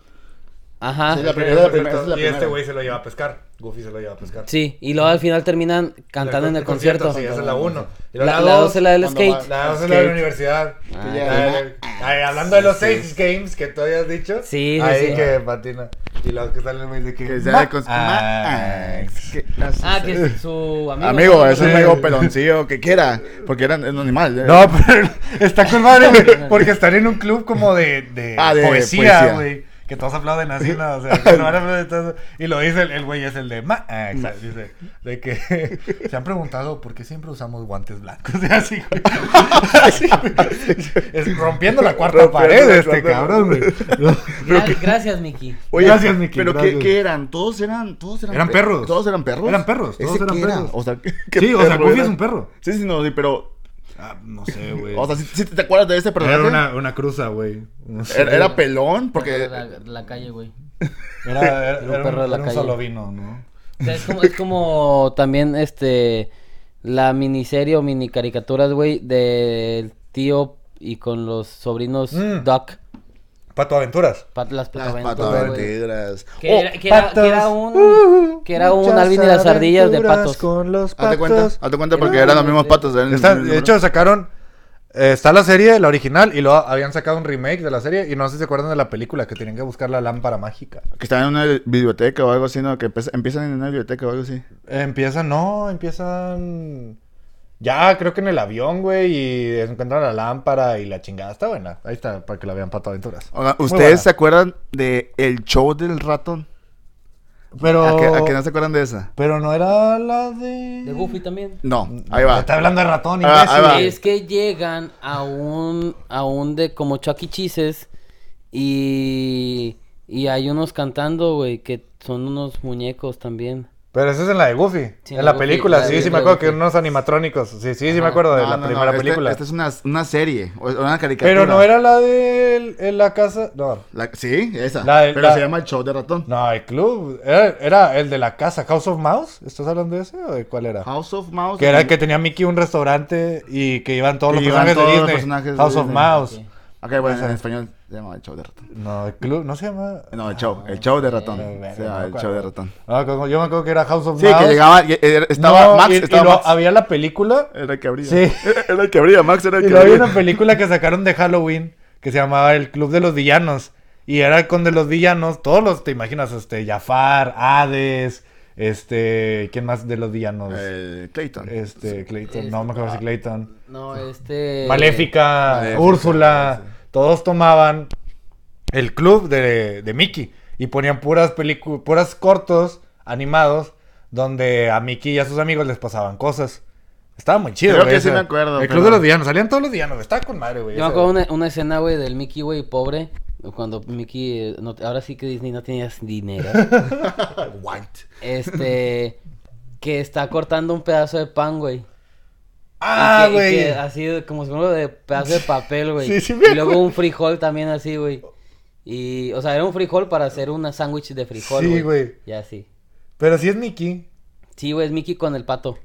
Ajá. Sí, Sí, la- primera, Quería ir a un primera, concierto, esa es la Y este primera. güey se lo lleva a pescar. Goofy se lo lleva a pescar. y luego al final terminan cantando en el concierto. Sí, esa es la 1. La, la dos es la del cuando skate. va- La dos es la de Skate. la universidad. Ah, La ya. de- ay, hablando de los seis games que tú habías dicho. Sí, sí, Ahí sí. que patina. Y los que salen muy de que. ah, Que sea de cons- Ay. Max. Que- las- Ah, que es su amigo. Amigo, ¿no? es un Sí. amigo peloncillo que quiera, porque eran un animal. ¿eh? No, pero está con madre, güey. Porque están en un club como de, de, Ah, de poesía, poesía. güey. Que todos aplauden así, ¿no? O sea, que no van a aplaudir todos. Y lo dice el, el güey, es el de Max. Dice, de que se han preguntado por qué siempre usamos guantes blancos. Y así, güey. Así, güey. Es rompiendo la cuarta Rompiendo pared, la este cuarta- cabrón, güey. Gra- Gracias, Miki. Oye, Gracias, Miki, Pero ¿qué, gracias. qué eran? Todos eran, todos eran, Eran pe- perros. Todos eran perros. Eran perros, todos ¿Ese eran qué era? perros. O sea, ¿qué- qué Sí, o sea, perro Goofy era? es un perro. Sí, sí, no, sí, pero. Ah, no sé, güey. O sea, si te acuerdas de ese personaje. era una, una cruza, güey. No sé. Era, era pelón, porque. La, la calle, güey. Era, era- era un, perro de la era un calle. solo vino, ¿no? O sea, es como, es como también este la miniserie o mini caricaturas, güey, del tío y con los sobrinos Mm. Duck. Pato Aventuras. Pat- las Las pataventuras, güey. pataventuras. Que, Oh, era, que, era, que era un, que era un Alvin y las ardillas de patos. Hazte cuenta, hazte cuenta porque eran los mismos patos. eran el Está- mismo de número. hecho, sacaron. eh, está la serie, la original, y luego habían sacado un remake de la serie. Y no sé si se acuerdan de la película que tenían que buscar la lámpara mágica. que estaban en una biblioteca o algo así, ¿no? Que empe- empiezan en una biblioteca o algo así. empiezan, no, empiezan. Ya, creo que en el avión, güey. Y encuentran la lámpara y la chingada. Está buena. Ahí está, para que la vean Pato Aventuras. Oiga, Muy ¿Ustedes se buena. acuerdan de El Show del Ratón? Pero. ¿A, que, a que no se acuerdan de esa? Pero no era la de. De Goofy también. No, ahí va. Está hablando de ratón, Ah, ahí imbécil. va. Es que llegan a un, a un de como Chucky Cheeses y, y hay unos cantando, güey, que son unos muñecos también. Pero eso es en la de Goofy. Sí, en la Goofy, película, la de- sí, sí, la me de acuerdo que Goofy. unos animatrónicos. Sí, sí, sí, me Ajá. acuerdo de No, la no, no, primera este- película. Esta es una, una serie, o- una caricatura. Pero no era la de el- el- la casa. No, La- sí, esa. La de- pero la- se llama El Show del Ratón. no, el club. Era, era el de la casa, House of Mouse. ¿Estás hablando de ese o de cuál era? House of Mouse. Que era el que tenía Mickey un restaurante y que iban todos Y los iban personajes de todos los Disney. personajes de House of Disney. Mouse. Ok. Ok, bueno, en Ah. español se llama El Show del Ratón. No, el club, no se llama. No, El Show, El Show del Ratón. Eh, verga, Se llama no me El acuerdo. Show del Ratón. No, como- yo me acuerdo que era House of Sí, Mouse. que llegaba, que era- estaba No, Max, y- y estaba luego Max. había la película Era el que abría. Sí. Era el que abría, Max era el Y que luego había abría. una película que sacaron de Halloween que se llamaba El Club de los Villanos. Y era con de los villanos, todos los, te imaginas, este, Jafar, Hades, Este, ¿quién más de los villanos? Eh, Clayton. Este, Clayton, Este, no me acuerdo si ah, Clayton. No, este. Maléfica, Maléfica, Úrsula, sí. todos tomaban el club de, de Mickey y ponían puras películas, puras cortos animados donde a Mickey y a sus amigos les pasaban cosas. Estaba muy chido, Creo güey, que sí ese- me acuerdo, El pero- club de los villanos, salían todos los villanos, estaba con madre, güey. Yo me ese- acuerdo una, una escena, güey, del Mickey, güey, pobre. Cuando Mickey. eh, no- ahora sí que Disney no tenía dinero. White. este. Que está cortando un pedazo de pan, güey. Ah, Y que- y güey. que Así de- como si fuera de pedazo de papel, güey. Sí, sí me y luego acuerdo. un frijol también así, güey. Y, o sea, era un frijol para hacer una sándwich de frijol. Sí, Sí, güey. güey. Ya así. Pero sí es Mickey. Sí, güey, es Mickey con el pato.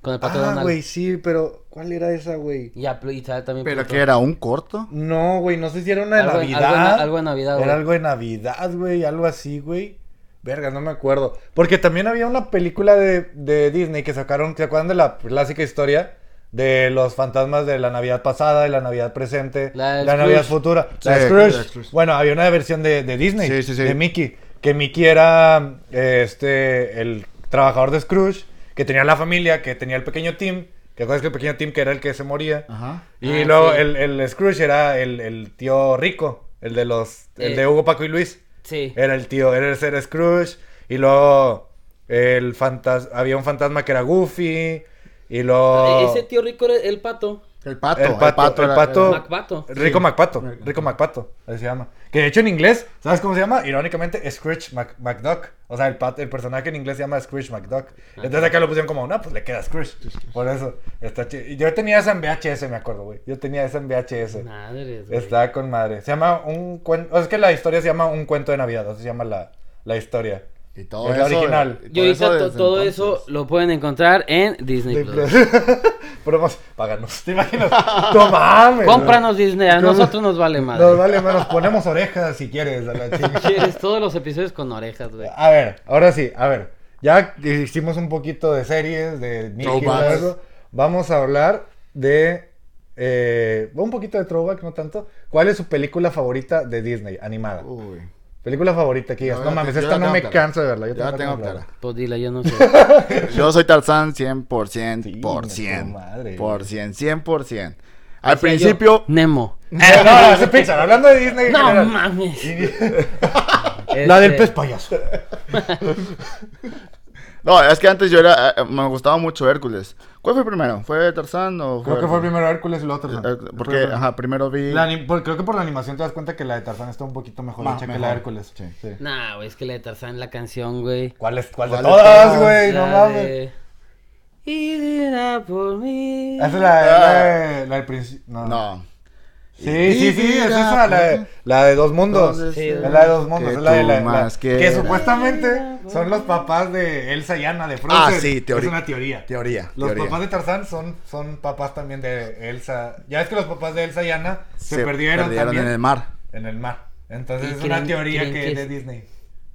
Con el pato Ah, Donald. güey, sí, pero ¿cuál era esa, güey? Y, a- y sale también. ¿Pero Pluto. que era? ¿Un corto? No, güey, no sé si era una de Algo en- Navidad. algo en- algo en Navidad, Era güey. algo de Navidad, güey, algo así, güey. Verga, no me acuerdo. Porque también había una película de, de Disney que sacaron, ¿se acuerdan de la clásica historia? De los fantasmas de la Navidad pasada, de la Navidad presente, La la, de Navidad Scrooge. futura. Sí, la de Scrooge. la de Scrooge. Bueno, había una versión de, de Disney, Sí, sí, sí. de Mickey. Que Mickey era eh, este, el trabajador de Scrooge, que tenía la familia, que tenía el pequeño Tim. ¿Te acuerdas que el pequeño Tim que era el que se moría? Ajá. Y Ah, luego sí. el, el Scrooge era el, el tío rico, el de los, el Eh. de Hugo, Paco y Luis. Sí. E-, Era el tío, era el ser Scrooge. Y luego el fantasma, había un fantasma que era Goofy. Y E- luego Ese tío rico era el pato. El pato. El pato, el era- pato. El Oh. Macpato. Rico sí. MacPato, Rico MacPato, así se llama. Que de hecho en inglés, ¿sabes cómo se llama? Irónicamente, Scrooge Mac- McDuck. O sea, el, pat- el personaje en inglés se llama Scrooge McDuck. Ah. Entonces acá lo pusieron como, no, pues le queda Scrooge. Por eso, está chido. Y Yo tenía esa en VHS, me acuerdo, güey. Yo tenía esa en VHS. Madres, güey. Está con madre. Se llama un cuento. es que la historia se llama Un cuento de Navidad. Así se llama la, la historia. Y todo Es la eso, original. y todo Yo hice eso to- desde todo eso, entonces. lo pueden encontrar en Disney Plus. Pero más, páganos. ¿Te imaginas? No mames. Cómpranos Disney, a nosotros nos vale güey. madre. Nos vale menos. Ponemos orejas si quieres. A, la chingada. Quieres todos los episodios con orejas, güey. a ver, ahora sí. A ver. Ya hicimos un poquito de series, de Mickey y todo Throwbacks. eso. Vamos a hablar de. eh, un poquito de throwback, no tanto. ¿Cuál es su película favorita de Disney animada? Uy. Película favorita que digas, Yo No la- mames, yo esta la no tengo me clara. canso de verla. Yo Yo la tengo clara. clara. Pues dile, yo no sé. Yo soy Tarzán 100%. Sí, por me 100. tu madre. Por 100, 100%. Decía Al yo, principio, Nemo. Eh, no, no, es de Pixar, hablando de Disney. en No general. mames. Este La del Este, pez payaso. no, es que antes yo era, eh, me gustaba mucho Hércules. ¿Cuál fue primero? ¿Fue Tarzán o Creo que fue Hércules? primero Hércules y luego Tarzán. Hércules, Eh, Porque, Fue- ajá, primero vi... la anim- por- creo que por la animación te das cuenta que la de Tarzán está un poquito mejor Ma- hecha que mejor. la de Hércules. Sí. Nah, güey, es que la de Tarzán, la canción, güey. ¿Cuál es? ¿Cuál, de ¿Cuál de todas, todas? güey? No La mames. de... Y dirá por mí. Esa es la, la, la del principio. No. No. Sí, sí, sí, es esa, la de, la de Dos Mundos. Sí, Es la de Dos Mundos, Que es la de tú la. la- más que quieras. supuestamente son los papás de Elsa y Anna de Frozen. Ah, sí, teoría. Es una teoría. Teoría, Los teoría. papás de Tarzán son, son papás también de Elsa. Ya es que los papás de Elsa y Anna se, perdieron, también en el mar. en el mar. Entonces ¿Y es una creen- teoría creen que, que es de es- Disney.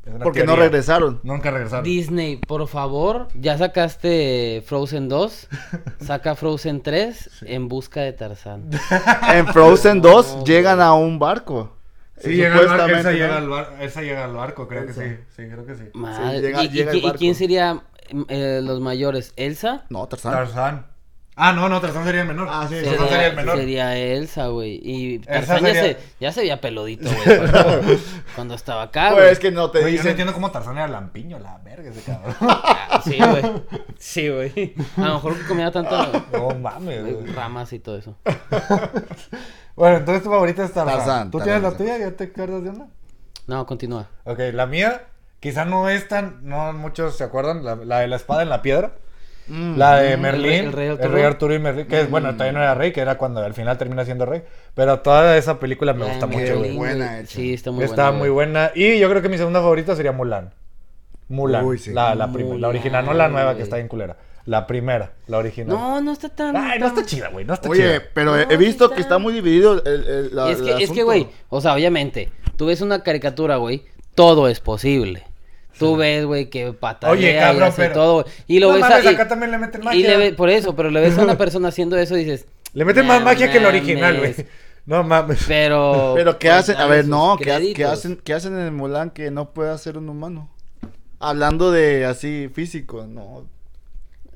Es una Porque no teoría. regresaron. Nunca regresaron. Disney, por favor, ya sacaste Frozen 2, saca Frozen 3 en busca de Tarzán. En Frozen 2 llegan a un barco. Sí, llega al barco, Elsa, Supuestamente, llega ¿no? al bar- Elsa llega al barco, creo que sí. Sí, creo que sí. Madre- llega- ¿Y, y llega el qui- y barco. quién sería eh, los mayores? ¿Elsa? No, Tarzán. Tarzán. Ah, no, no, Tarzán sería el menor. Ah, sí, Tarzán sería el menor. sería Elsa, güey. Y Elsa Tarzán ya, sería- se, ya se veía peludito, güey, cuando, cuando estaba acá, Pues güey. es que no te Güey, yo no dicen. entiendo cómo Tarzán era lampiño, la verga ese cabrón. Ah, Sí, güey. Sí, güey. A lo mejor que comía tanto no mames. güey. eh, ramas y todo eso. Bueno, entonces tu favorita es Tarzán. Tarzán, ¿Tú Tarzán, tienes la Tarzán. tuya? ¿Ya te acuerdas de una? No, continúa. Ok, la mía quizá no es tan... No muchos se acuerdan. La, la de la espada en la piedra. Mm. La de Mm, Merlín, el el rey- rey, el rey Arturo. Arturo. y Merlín, que es, bueno, todavía no era rey, que era cuando al final termina siendo rey. Pero toda esa película me La gusta de mucho, Merlín, güey. Buena hecha. Sí, Ah, está muy Está buena. muy güey. buena. Y yo creo que mi segunda favorita sería Mulan. Mulan, Uy, sí. la, la, prim- la Mulan, original, no la nueva que güey. está en culera. La primera, la original. No, no está tan... Ay, no está chida, güey, no está Oye, chida. pero he- No, he visto está- que está muy dividido el, el- la- es el que, es que, asunto. güey, o sea, obviamente, tú ves una caricatura, güey, todo es posible. Tú ves, güey, que patalea Oye, cabrón, y hace pero- todo. güey. Y lo No ves a- mames, y- acá también le meten Y magia. le ve- por eso, pero le ves a una persona haciendo eso y dices... Le meten más "No magia que el mames". original, güey. No mames. Pero... Pero ¿qué pues, hacen? A dale ver, sus no, ¿qué, ha- qué créditos. hacen, ¿qué hacen en el Mulan que no puede hacer un humano? hablando de así físico, no.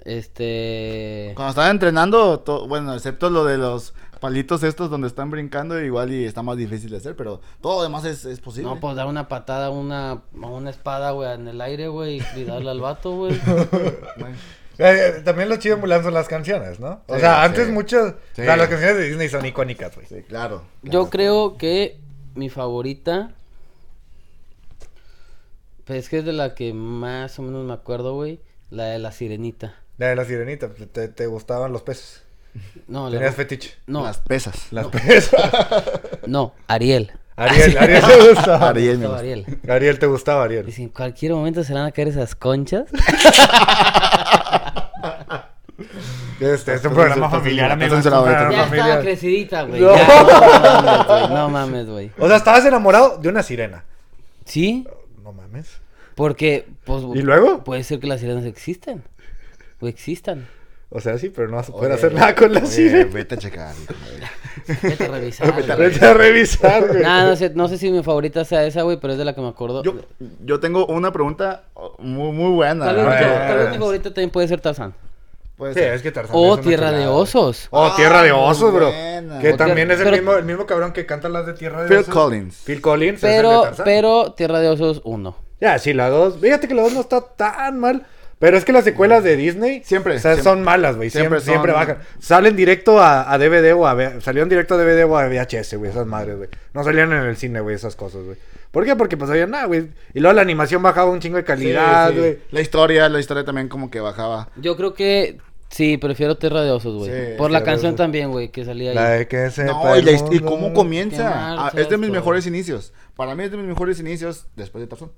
Este. Cuando estaba entrenando, to- bueno, excepto lo de los palitos estos donde están brincando, igual y está más difícil de hacer, pero todo lo demás es, es posible. No, pues dar una patada a una, a una espada, güey, en el aire, güey, y darle al vato, güey. Bueno. Eh, eh, también lo chido en Mulan son las canciones, ¿no? o Sí, sea, antes sí. muchas. Sí. O sea, las canciones de Disney son icónicas, güey. Sí, claro. Yo claro. creo que mi favorita. Pues es que es de la que más o menos me acuerdo, güey. La de la sirenita. La de la sirenita, pues, te, te gustaban los peces. No, la- Tenías fetiche. no, Las pesas. Las pesas. no, Ariel. Ariel, Ariel te gustaba. Ariel, me Estaba gusta. Ariel. Ariel te gustaba, Ariel. Dice, en cualquier momento se le van a caer esas conchas. Este es un programa familiar, amigo. Entonces, es un la programa ya familiar. estaba crecidita, güey. Ah, ya, No. mames, No. güey, No mames, güey. O sea, estabas enamorado de una sirena. Sí, No mames. porque, pues. ¿Y luego? Puede ser que las sirenas existen. O existan. O sea, sí, pero no vas a poder Oye, hacer nada con la oye, sirena. Vete a checar. hijo, güey. Vete a revisar. Vete a güey. Vete a revisar, güey. Nah, no sé, no sé si mi favorita sea esa, güey, pero es de la que me acuerdo. Yo, yo tengo una pregunta oh, muy, muy buena. Tal eh, vez, la A mi- ver. tal vez mi verdad. favorita también puede ser Tarzán. Puede Sí, ser. es que Tarzán es O una Tierra de chulada. Osos. Oh, Tierra de Osos, bro. buena. Que O también Oh, Tierra- es el pero- mismo, el mismo cabrón que canta las de Tierra de Phil Osos. Collins. Phil Collins. es el de Pero, Tarzán. pero Tierra de Osos 1. Ya, sí, la 2. Fíjate que la 2 no está tan mal. Pero es que las secuelas de Disney o Siempre, sea, siempre. son malas, güey. Siempre, Siempre son- siempre, bajan. Salen directo a, a DVD o a V- salieron directo a DVD o a VHS, güey, esas madres, güey. No salían en el cine, güey, esas cosas, güey. ¿Por qué? Porque pues había nada, güey. Y luego la animación bajaba un chingo de Sí, calidad, sí. güey. La historia, la historia también como que bajaba. Yo creo que sí, prefiero Tierra de Osos, güey. Sí, Por la Tierra de canción Osos. también, güey, que salía ahí. La de que se No, y, la hist- y cómo Qué comienza. Ah, marchas, es de mis todo. mejores inicios. Para mí es de mis mejores inicios después de Tarzán.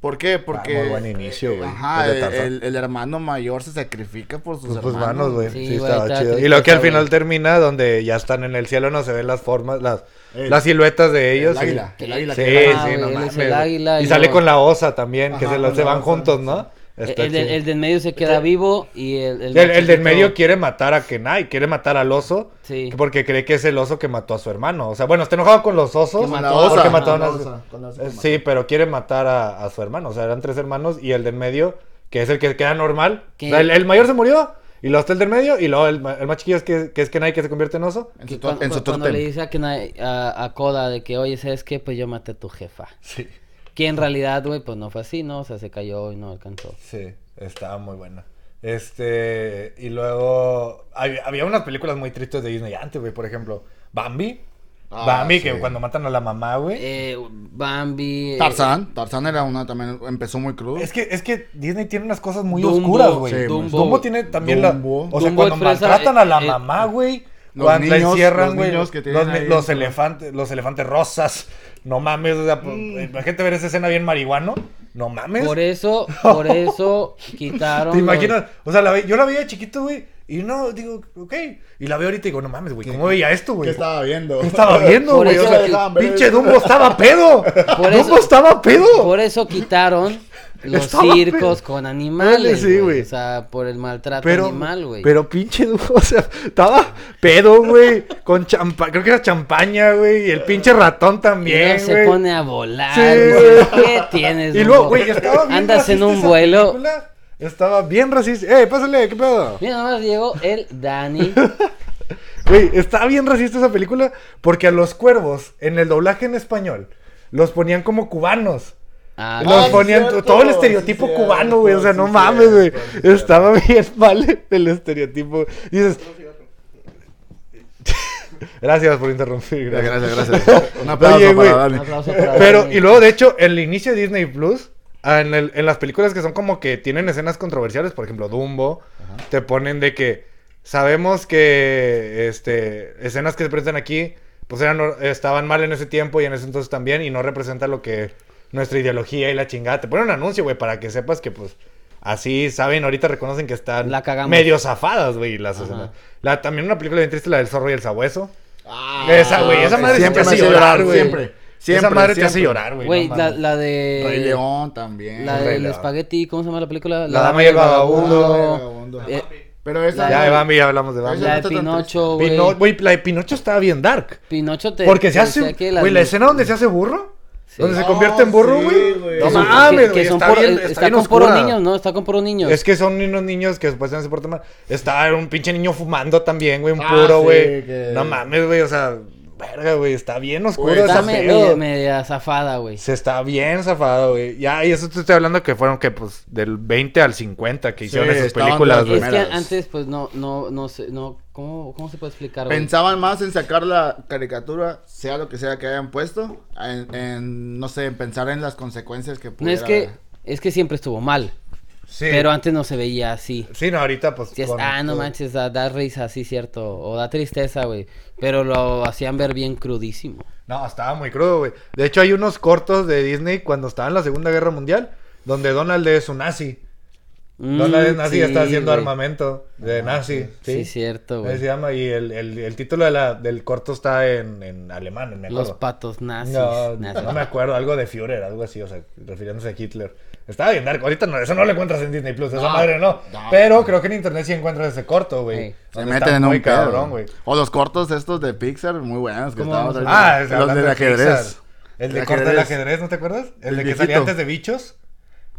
¿Por qué? Porque. Ah, eh, muy buen inicio, güey, Ajá, el de el, Tarzán. el- el hermano mayor se sacrifica por sus Sus hermanos. manos, güey. Sí, Sí, güey, estaba está chido. Y triste lo que al esa, final güey. termina, donde ya están en el cielo, no se ven las formas, las, Eh, las siluetas de El ellos. sí. águila. El águila. Sí, que- Ah, sí, güey, no él es mames. el águila y y sale luego- con la osa también, que Ajá, se, la- con se la van osa, Eh, juntos, ¿no? El, Está Eh, el del, chido. el del medio se queda vivo y el, el, El- el del machito- medio quiere matar a Kenai, quiere matar al oso, Sí. porque cree que es el oso que mató a su hermano. O sea, bueno, está enojado con los osos, Que Con la mató- osa. porque Ajá, mataron Con a la su- osa, con la osa eh, que Sí, pero quiere matar a, a su hermano. O sea, eran tres hermanos y el del medio, que es el que queda normal. ¿Qué? O sea, el, el mayor se murió y luego está el del medio y luego el, ma- el más chiquillo es que, que es Kenai que se convierte en oso. mató. En que su, cuan- to- en su cuan- cuando le tótem. dice a, Kenai- a, a Koda de que, oye, ¿sabes qué? Pues yo maté a tu jefa. Sí, Que en realidad, güey, pues no fue así, ¿no? O sea, se cayó y no alcanzó. sí, estaba muy buena. Este, y luego había, había unas películas muy tristes de Disney antes, güey, por ejemplo, Bambi. Ah, Bambi, que sí. cuando matan a la mamá, güey. Eh, Bambi. eh, Tarzán. Tarzán era una también. Empezó muy crudo. Es que, es que Disney tiene unas cosas muy Dumbo, oscuras, güey. sí, Dumbo. Dumbo. tiene también Dumbo. la. O sea, Dumbo cuando expresa, maltratan a la eh, mamá, güey. los Cuando la niños- encierran, los güey. Los, niños que tienen ni- ahí los en- elefantes, los elefantes rosas. No mames, o sea, pues, po- imagínate ver esa escena bien marihuano. No mames. Mm. Por eso, por eso quitaron. ¿Te los- imaginas? O sea, la ve- yo la veía de chiquito, güey. Y no, digo, ok. Y la veo ahorita y digo, no mames, güey. ¿Cómo veía esto, güey? ¿Qué estaba viendo? ¿Qué estaba viendo, Por güey? O eso sea, que- dejaban ver pinche Dumbo estaba pedo. Por eso- Dumbo estaba pedo. Por eso quitaron los Estaba circos pe- con animales. Sí, Sí, güey. O sea, por el maltrato animal, güey. Pero pinche Dumbo, o sea, estaba pedo, güey. Con champa, creo que era champaña, güey. Y el pinche ratón Y luego también, se güey. pone a volar. Sí, dices, güey. ¿Qué tienes? Y Dumbo? luego, güey, estaba bien Andas en racista un esa vuelo. película. Estaba bien racista. Eh, pásale, qué pedo. Mira, nomás llegó el Dani. Güey, estaba bien racista esa película porque a los cuervos, en el doblaje en español, los ponían como cubanos. Ah, Los sí, ponían cierto. todo el estereotipo Sí, cubano, cierto, güey. O sea, sí, no cierto, mames, güey. sí, cierto. Estaba bien mal el estereotipo. Dices. Gracias por interrumpir. Gracias. Gracias, gracias. Un aplauso Oye, güey. para Dani. un aplauso para Pero, Dani. y luego, de hecho, el inicio de Disney Plus, en, el- en las películas que son como que tienen escenas controversiales, por ejemplo, Dumbo, te ponen de que sabemos que este, escenas que se presentan aquí, pues eran, estaban mal en ese tiempo y en ese entonces también, y no representa lo que nuestra ideología y la chingada. Te ponen un anuncio, güey, para que sepas que, pues, así saben, ahorita reconocen que están La cagamos. medio zafadas, güey, las Ajá. escenas. La, también una película bien triste, la del zorro y el sabueso. Ah, Esa, güey, esa madre siempre te me hace hace llorar, llorar, güey. Siempre. Siempre. Esa madre te siempre. hace llorar, güey. Güey, no la, mames. la de. Rey León también. La Rey del León. espagueti, ¿cómo se llama la película? La Dama y el Vagabundo. Vagabundo. Eh, Pero esa. Ya la- de Bambi, ya hablamos de Bambi. la de Eso no está tan Pinocho, güey. Pino- Güey, la de Pinocho estaba bien dark. Pinocho te. Porque se te decía hace. que las- Güey, la escena donde se hace burro. Sí. Donde se Oh, convierte en burro, sí, güey. güey. no Que son- mames, que- Ah, güey. que son Está, por- bien, está está bien con puros oscura. niños, ¿no? Está con puros niños. Es que son unos niños que después se hacen por tema. Está un pinche niño fumando también, güey, un Ah, puro, sí, güey. que- No mames, güey, o sea, verga, güey, está bien oscuro Güey, ese Está me- pedo. media, media zafada, güey. Se está bien zafado, güey. Ya, y eso te estoy hablando que fueron que, pues, del 20 al 50 que hicieron esas estaban películas, todas güey. Es que primeras. antes, pues, no, no, no sé, no, ¿cómo, cómo se puede explicar, güey? Pensaban más en sacar la caricatura, sea lo que sea que hayan puesto, en, en, no sé, en pensar en las consecuencias que No pudiera es que, es que siempre estuvo mal, Sí. pero antes no se veía así. Sí, no, ahorita, pues. Si es, con- ah, no manches, da, da risa, sí, cierto, o da tristeza, güey, pero lo hacían ver bien crudísimo. No, estaba muy crudo, güey. De hecho, hay unos cortos de Disney cuando estaba en la Segunda Guerra Mundial, donde Donald es un nazi. Mm, Donald es nazi y está haciendo armamento. armamento de nazi. Sí, cierto, Ahí güey. se llama, y el, el- el título de la- del corto está en, en alemán, me acuerdo. Los patos nazis. No, nazis. no me acuerdo, algo de Führer, algo así, o sea, refiriéndose a Hitler. Estaba bien dark, ahorita no, eso no lo encuentras en Disney Plus, esa No, madre no. no. Pero creo que en internet sí encuentras ese corto, güey. Sí. Se Donde meten está en muy un pedo. cabrón, güey. O los cortos estos de Pixar, muy buenos que ¿Cómo estábamos vamos ahorita. Ah, es Los hablando del de ajedrez. Pixar. El El de corto del ajedrez. ajedrez, ¿no te acuerdas? El, El de que viejito. salía antes de bichos.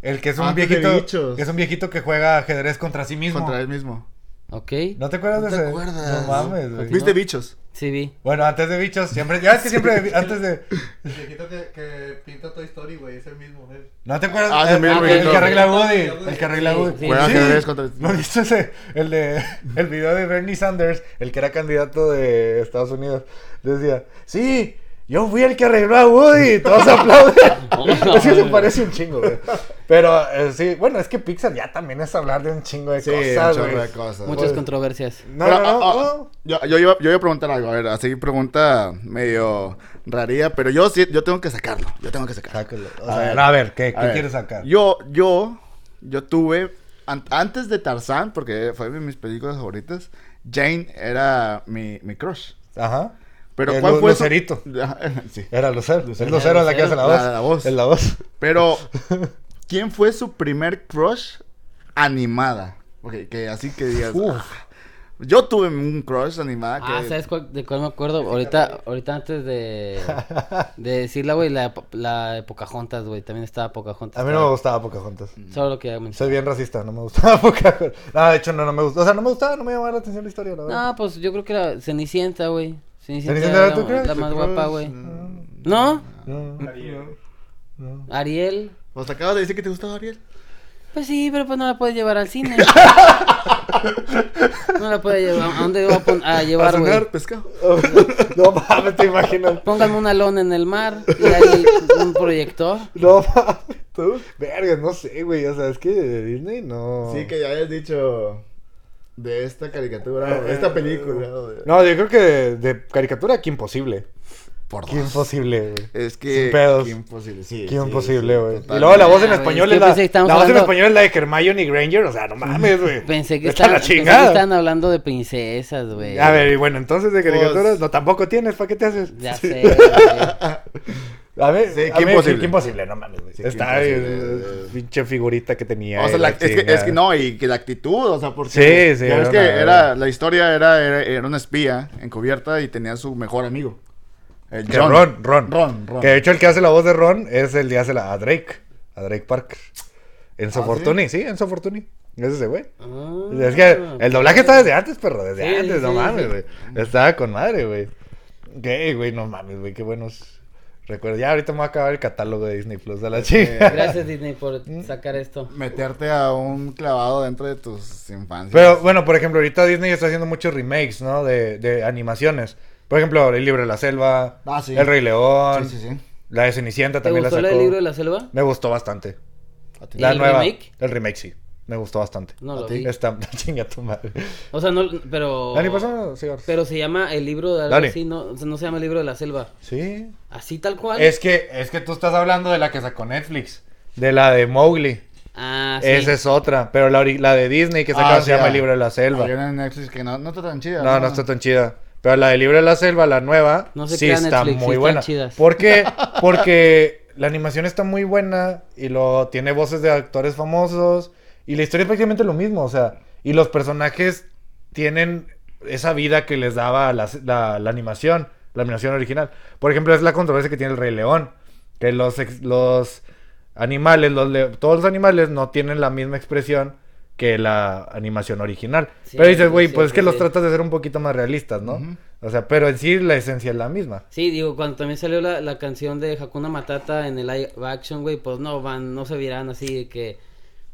El que es un Antes de viejito. Bichos. que es un viejito que juega ajedrez contra sí mismo. Contra él mismo. Ok, ¿No te acuerdas ¿No de te ese? acuerdas? No mames, güey. ¿Viste bichos? sí vi. Bueno, antes de bichos, siempre. Ya es que siempre antes de. El viejito que, que pinta Toy Story, güey, es el mismo. es el- ¿No te acuerdas? Ah, sí, el, mira, el güey, que no. arregla Woody. El que arregla Sí, Woody. sí. Juega ajedrez contra- ¿No viste ese? El, de, el video de Bernie Sanders, el que era candidato de Estados Unidos. Decía, sí, yo fui el que arregló a Woody. Todos aplauden. es que se parece un chingo, güey. Pero eh, sí, bueno, es que Pixar ya también es hablar de un chingo de Sí, cosas, un chorro güey. de cosas. Muchas Güey. controversias. No, Pero, no, ah, no, ah, no. Yo, yo, iba, yo iba a preguntar algo, a ver, así pregunta medio raría, pero yo sí, yo tengo que sacarlo, yo tengo que sacarlo. A ver, a ver, ¿qué, A qué ver, quieres sacar? Yo, yo, yo tuve, an- antes de Tarzán, porque fue de mis películas favoritas, Jane era mi, mi crush. Ajá. Pero El ¿cuál lu- fue su- Lucerito. Ajá, sí. Era Lucero. Lucero. Es Era Lucero la que hace Lucero. la voz. La- la voz. Es la voz. Pero, ¿quién fue su primer crush animada? Porque que así que digas. Uf. "Ah". Yo tuve un crush animada que. Ah, ¿sabes cuál- de cuál me acuerdo? Ahorita, ahorita antes de, de decirla, güey, la, la de Pocahontas, güey, también estaba Pocahontas. A mí no me gustaba Pocahontas. Solo lo que Soy bien racista, no me gustaba Pocahontas. No, de hecho, no, no me gustaba. O sea, no me gustaba, no me llamaba la atención la historia, la verdad. No, pues yo creo que era Cenicienta, güey. Cenicienta, ¿Cenicienta era tú la- crees? la más ¿Te guapa, acuerdas? güey. Mm. ¿No? No. Ariel. Pues te acabas de decir que te gustaba Ariel. Pues sí, pero pues no la puedes llevar al cine. no la puedes llevar. ¿A dónde voy a, pon- a Para llevar, güey? cenar pescado. No mames, te imaginas. Pónganme una lona en el mar y ahí un proyector. No mames, tú. Verga, no sé, güey. O sea, es que de Disney no. Sí, que ya habías dicho de esta caricatura, de esta película. de- No, yo creo que de, de caricatura, que imposible. Por Que dos. imposible, güey. Es Sin que. pedos. Qué imposible, sí. Qué sí, imposible, sí, güey. y totalmente. luego la voz en Ah, español güey, yo es la. pensé que La estábamos voz en hablando- español es la de Hermione Granger. O sea, no mames, güey. Pensé que, Está estaban, la pensé que chingada. estaban hablando de princesas, güey. A ver, y bueno, entonces de caricaturas, Pues- no tampoco tienes, ¿para qué te haces? Ya sé, güey. A ver, Sí, a qué mí- imposible. qué imposible, no mames, güey. Sí, qué Está imposible. eh, pinche figurita que tenía. O sea, eh, la- la es, que, es chingada. que no, y que la actitud, o sea, porque. Sí, sí, Ya era ves que una- era, la historia era, era, era una espía encubierta y tenía su mejor amigo. El Que Ron, Ron. Ron, Ron. Que de hecho el que hace la voz de Ron es el que hace la a Drake, a Drake Parker. Enzo ¿Ah, Fortuny, sí, Enzo Fortuny. Es ese güey. Ah, Es que el doblaje está desde antes, perro, desde Sí, antes, no sí, mames, sí. güey. Estaba con madre, güey. Qué, güey, no mames, güey, qué buenos recuerdos. Ya ahorita me va a acabar el catálogo de Disney Plus de la chica. Gracias, Disney, por sacar esto. Mm, Meterte a un clavado dentro de tus infancias. Pero bueno, por ejemplo, ahorita Disney está haciendo muchos remakes, ¿no? De, de animaciones. Por ejemplo, El libro de la selva, Ah, sí. El Rey León, Sí, sí, sí. la de Cenicienta ¿Te también la gustó sacó. la del libro de la selva? Me gustó bastante. A ti. La ¿El nueva. Ah, remake? El remake sí. Me gustó bastante. No ¿A lo ti? vi. Está chinga tu madre. O sea, no, pero... ¿La animación, señor? Pero se llama el libro de algo pues, Dani. así, no, o sea, no se llama el libro de la selva. Sí. Así tal cual. Es que, es que tú estás hablando de la que sacó Netflix. De la de Mowgli. Ah, sí. Esa es otra. Pero la, ori- la de Disney que sacaron Ah, sí, se llama ah. El libro de la selva. Había una en Netflix que no, no está tan chida. No, no está tan chida. Pero la de Libre de la Selva, la nueva, No se sí crea está Netflix, sí muy están buena. chidas. ¿Por qué? Porque la animación está muy buena y lo tiene voces de actores famosos y la historia es prácticamente lo mismo, o sea, y los personajes tienen esa vida que les daba la, la- la animación, la animación original. Por ejemplo, es la controversia que tiene el Rey León, Que los, ex- los animales, los le- todos los animales no tienen la misma expresión que la animación original. Sí, pero dices, güey, sí, pues es que sí, los sí. tratas de hacer un poquito más realistas, ¿no? Ujú. O sea, pero en sí la esencia es la misma. Sí, digo, cuando también salió la, la canción de Hakuna Matata en el live action, güey, pues no van, no se vieran así de que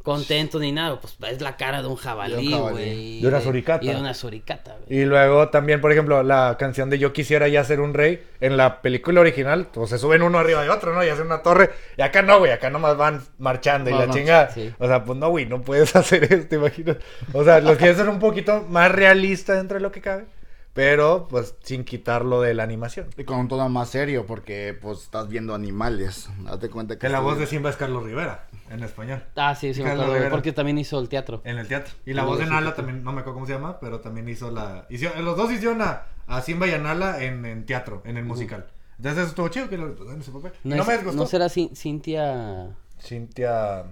contentos ni nada, pues es la cara de un jabalí, jabalí. güey. De una suricata. Y de una suricata, güey. Y luego también, por ejemplo, la canción de Yo quisiera ya ser un rey, en la película original, pues se suben uno arriba de otro, ¿no? Y hacen una torre. Y acá no, güey, acá nomás van marchando y Van la marchando, chingada. sí. O sea, pues no, güey, no puedes hacer esto, ¿te imaginas? O sea, los quieres hacer un poquito más realista dentro de lo que cabe, pero pues sin quitarlo de la animación. Y con un tono más serio, porque pues estás viendo animales. Date cuenta que. Que la estoy- voz de Simba es Carlos Rivera, en español. Ah, sí, sí, me Carlos acuerdo, güey, Rivera. porque también hizo el teatro. En el teatro. Y la En voz de el Nala teatro. también, no me acuerdo cómo se llama, pero también hizo la. hizo- los dos hicieron a, a Simba y a Nala en, en teatro, en el musical. Entonces eso estuvo chido que lo en su papel. Y No, No, es- me disgustó. ¿no será Cin- Cintia. Cintia.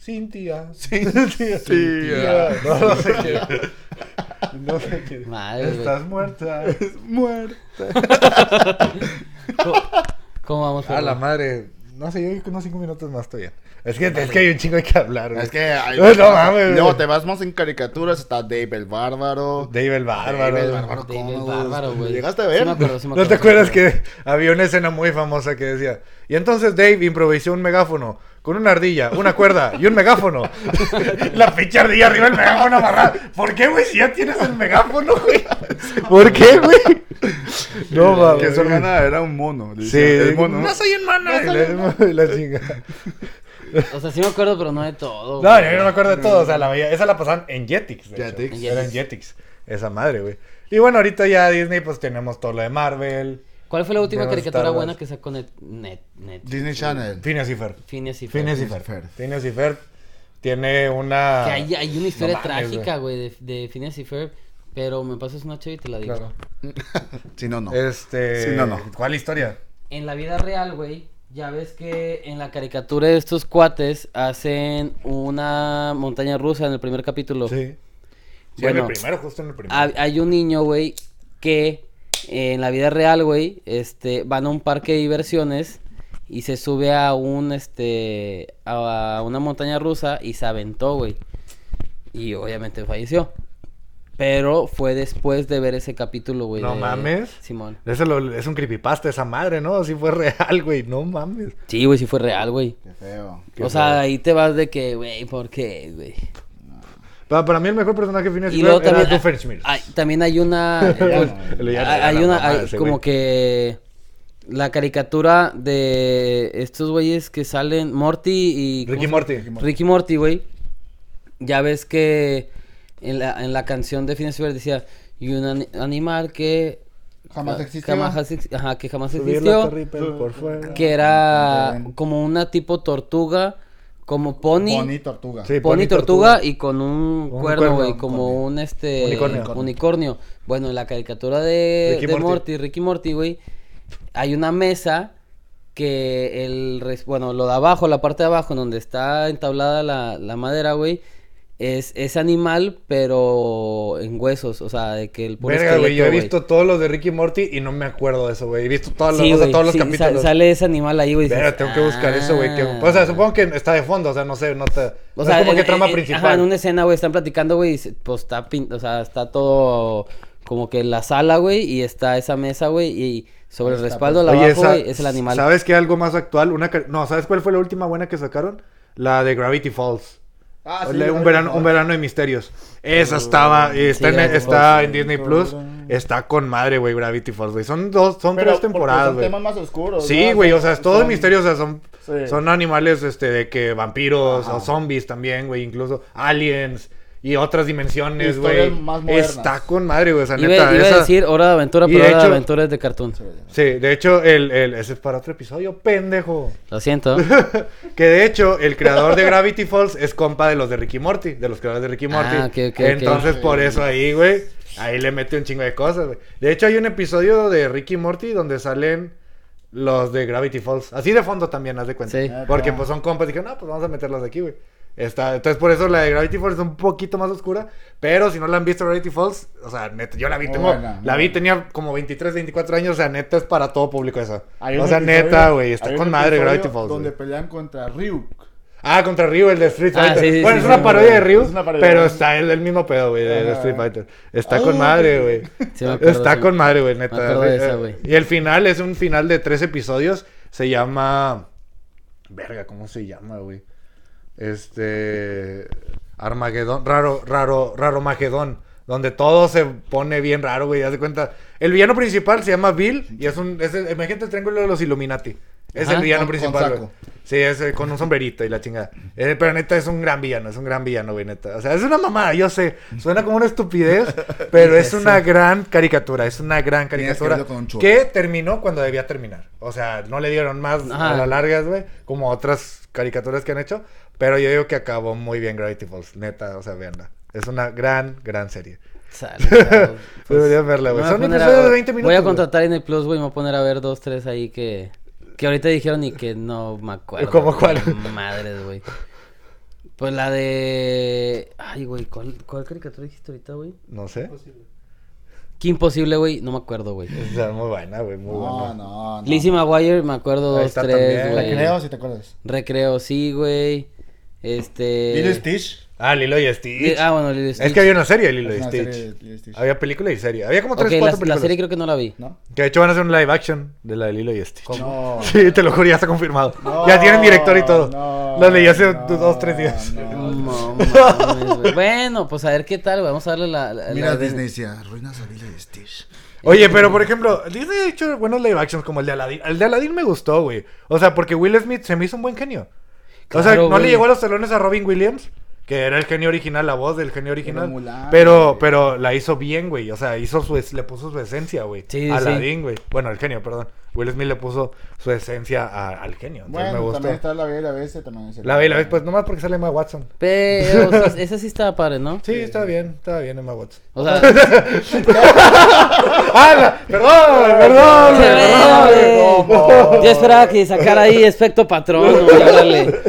Cintia. Cintia. Cintia. No, no sé qué. No sé qué. Madre, güey. Estás muerta. Muerto. ¿Cómo, cómo vamos? A Ah, la Fernando? madre. No sé, yo creo que unos cinco minutos más estoy bien. Es que, es que hay un chingo que hablar, güey. Es que. ay, No, no mames, Luego güey. te vas más en caricaturas. Está Dave el Bárbaro. Dave el Bárbaro. Dave el Bárbaro. Dave el ¿cómo? Bárbaro, güey. ¿Llegaste a Sí ver? me acuerdo, sí me ¿No te acuerdo. acuerdas que había una escena muy famosa que decía? Y entonces Dave improvisó un megáfono con una ardilla, una cuerda y un megáfono. La pinche ardilla arriba del megáfono amarrada. ¿Por qué, güey? Si ya tienes el megáfono, güey. ¿Por qué, güey? No, mames. Que su hermana era un mono. Sí, dice, el mono. ¿no? no soy hermana. Y la- la chinga. O sea, sí me acuerdo, pero no de todo. No, güey. yo no me acuerdo de todo. O sea, la veía. Esa la pasaban en Jetix. de hecho. Jetix. Era en Jetix. Esa madre, güey. Y bueno, ahorita ya Disney, pues tenemos todo lo de Marvel. ¿Cuál fue la última Vemos caricatura Star Wars. buena que sacó Net, Net, Net- Disney Channel. Phineas y Ferb. Phineas y Ferb? Phineas y Phineas y Ferb. Ferb. Phineas y Ferb tiene una. Que hay, hay una historia Ah, mames, trágica, güey, de, de Phineas y Ferb, pero me pasas una chave y te la digo. Claro. Si no, no. Este. Sí, no, no. ¿Cuál historia? En la vida real, güey, ya ves que en la caricatura de estos cuates hacen una montaña rusa en el primer capítulo. Sí. Sí, en Bueno, el primero, justo en el primero. Ah, Hay, hay un niño, güey, que eh, en la vida real, güey, este, van a un parque de diversiones y se sube a un, este, a una montaña rusa y se aventó, güey. Y obviamente falleció. Pero fue después de ver ese capítulo, güey. No de mames. Simón. Ese lo- es un creepypasta esa madre, ¿no? Así fue real, güey. No mames. Sí, güey, sí fue real, güey. Qué feo. Qué O sea, feo. ahí te vas de que, güey, ¿por qué, güey? Para, para mí el mejor personaje de Phineas y, Y luego Ferb era también, ah, Doofenshmirtz. hay, también hay una... El villano hay, era hay la una, mamada hay ese, como güey. que la caricatura de estos güeyes que salen, Morty y... ¿cómo Ricky se- Morty. Ricky Morty, güey. Ya ves que en la, en la canción de Phineas y Ferb decía, y un ani- animal que... Jamás ah, existió. jamás ex- ajá, que jamás Subir existió. la torre y pegar por fuera. Que Ah, era bien. como una tipo tortuga, como pony. Pony Tortuga. Sí. Pony pony tortuga, Ah. tortuga. y con un, Un cuerno, cuerno, güey, un como cuerno. un este Unicornio. unicornio. Bueno, en la caricatura de, Ricky de Morty. Morty, Ricky Morty, güey, hay una mesa que el, res- bueno, lo de abajo, la parte de abajo, en donde está entablada la, la madera, güey, es, es animal, pero en huesos, o sea, de que el puro Verga, güey, yo he esqueleto, visto todos los de Ricky Morty y no me acuerdo de eso, güey. He visto todas las- Sí, o sea, güey, todos los sí, sa- capítulos. sale ese animal ahí, güey. y Verga, dices, tengo que buscar eso, güey. que- "Ah". O sea, supongo que está de fondo, o sea, no sé, no te. no O sea, es como en- e, que trama en- en- principal. Ajá, en una escena, güey, están platicando, güey, y se- pues está, pin- o sea, está todo como que en la sala, güey, y está esa mesa, güey, y sobre el Está, respaldo, la Oye, abajo, esa- güey, es el animal. ¿Sabes qué? Algo más actual. Una car- No, ¿sabes cuál fue la última buena que sacaron? La de Gravity Falls. Ah, La- un, verano, un verano de misterios. Esa estaba, eh, está, Mm, Sí, en, Gravity está Falls, en Disney sí, Plus. cabrón. Está con madre, güey, Gravity Falls, güey. Son dos, son Pero tres porque temporadas, Son güey. temas más oscuros. Sí, ¿no? güey, o sea, es todo Son- misterio, o sea, son, Sí. son animales, este, de que vampiros Ajá. o zombies también, güey, incluso aliens y otras dimensiones, Historias güey. más modernas. Está con madre, güey, o sea, Iba, neta, iba esa- a decir Hora de Aventura, Y pero de Hora de hecho- Aventura es de cartoon. Sí, de hecho, el, el- ese es para otro episodio, pendejo. Lo siento. Que de hecho, el creador de Gravity Falls es compa de los de Ricky Morty, de los creadores de Ricky Morty. Ah, ok, ok, ok. Entonces, por eso ahí, güey, ahí le mete un chingo de cosas, güey. De hecho, hay un episodio de Ricky Morty donde salen los de Gravity Falls. Así de fondo también, haz de cuenta. Sí. Ah, Porque pues son compas. Dije, no, pues vamos a meterlos aquí, güey. Está, entonces por eso la de Gravity Falls es un poquito más oscura, pero si no la han visto Gravity Falls, o sea, neta, yo la vi, Muy tengo- buena, muy la vi, buena. tenía como 23, 24 años, o sea, neta es para todo público esa. Hay O un sea, episodio- neta, güey, hay está un con madre episodio Gravity Falls. Donde güey. pelean contra Ryuk. Ah, contra Ryu, el de Street Ah, Fighter. sí, sí, bueno, sí, es sí, una sí, parodia de sí. Ryu, Es una parodia. pero está el, el mismo pedo, güey, de, de Ajá. Street Fighter. Está Ah, con madre, güey. Sí, me acuerdo, Está sí. con madre, güey, Me neta. acuerdo de esa, güey. Y el final es un final de tres episodios. Se llama. Verga, ¿cómo se llama, güey? Este. Armagedón. Raro, raro, raro Magedón. Donde todo se pone bien raro, güey. Haz de cuenta. El villano principal se llama Bill. Y es un. Es el, imagínate el triángulo de los Illuminati. Es Ajá. el villano Con- con principal. güey. saco. Sí, es eh, con un sombrerito y la chingada. Eh, pero neta es un gran villano, es un gran villano, güey, neta. O sea, es una mamada, yo sé. Suena como una estupidez, pero es una gran caricatura, es una gran Tienes que caricatura. verlo con un churro. Que terminó cuando debía terminar. O sea, no le dieron más Ajá. a la largas, güey, como otras caricaturas que han hecho. Pero yo digo que acabó muy bien Gravity Falls, neta, o sea, veanla. Es una gran, gran serie. Sale, chavo. Deberían verla, Me güey. voy a Son poner a- episodios de 20 minutos. Voy a güey. contratar en el Plus, güey, me voy a poner a ver dos, tres ahí que... Que ahorita dijeron y que no me acuerdo. ¿Cómo cuál? Madres, güey. Pues la de... Ay, güey, ¿cuál, ¿cuál caricatura dijiste ahorita, güey? No sé. Pues Posible. Qué imposible, güey, no me acuerdo, güey. O sea, muy buena, güey, muy No, buena. no, no. Lizzie McGuire, me acuerdo Ahí dos, está tres, también. güey. Recreo, si te acuerdas. Recreo, sí, güey. Este... Lilo y Stitch. Ah, Lilo y Stitch. Li- Ah, bueno, Lilo y Es Stitch. que había una serie de Lilo Es y una Stitch. serie de Lilo y Stitch. Había película y serie. Había como Ok, tres, la, cuatro la películas. serie creo que no la vi. ¿No? Que de hecho van a hacer un live action de la de Lilo y Stitch. No. Sí, te lo juro, ya está confirmado. No, ya tienen director y todo. no, lo leí hace no, dos, tres días. no. No mames, güey. bueno, pues a ver qué tal, güey. Vamos a darle la... la- Mira, la- Disney se arruinas a Lilo y Stitch. Oye, pero por ejemplo, Disney ha hecho buenos live actions como el de Aladdin. El de Aladdin me gustó, güey. O sea, porque Will Smith se me hizo un buen genio. o sea, Claro, no le güey. llegó a los talones a Robin Williams, que era el genio original, la voz del genio original. Pero, Mulan, pero, güey. la hizo bien, güey. O sea, hizo su es- le puso su esencia, güey. Sí, sí. Aladdin, güey. Bueno, el genio, perdón. Will Smith le puso su esencia a- al genio. Entonces me Bueno, gustó. también está la Bella y la Bestia. También es el- La ve, la ve, pues nomás porque sale Emma Watson. Pero sí, esa sí estaba padre, ¿no? Sí, está bien, está bien Emma Watson. O sea, ¡Ah! la- Perdón, perdón, Se ve, perdón. güey. No, yo esperaba que sacara ahí efecto patrón, güey, órale.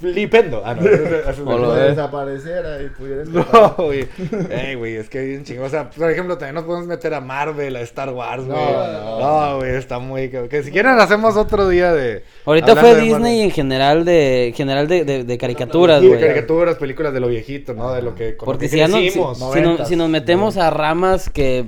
Flipendo. Ah, no. eso es- eso es- O lo Si de- desapareciera y pudieras. No, güey. Ey, Eh, güey, es que hay un chingo. O sea, por ejemplo, también nos podemos meter a Marvel, a Star Wars, güey. no, No, güey, está muy... Que que si quieren hacemos otro día de... Ahorita hablando fue de Disney Marvel. en general de en general de, de- de caricaturas, Sí, de güey. caricaturas, películas de lo viejito, ¿no? De lo que... con lo Porque que si, ya no- si- crecimos. si no- si nos metemos a ramas que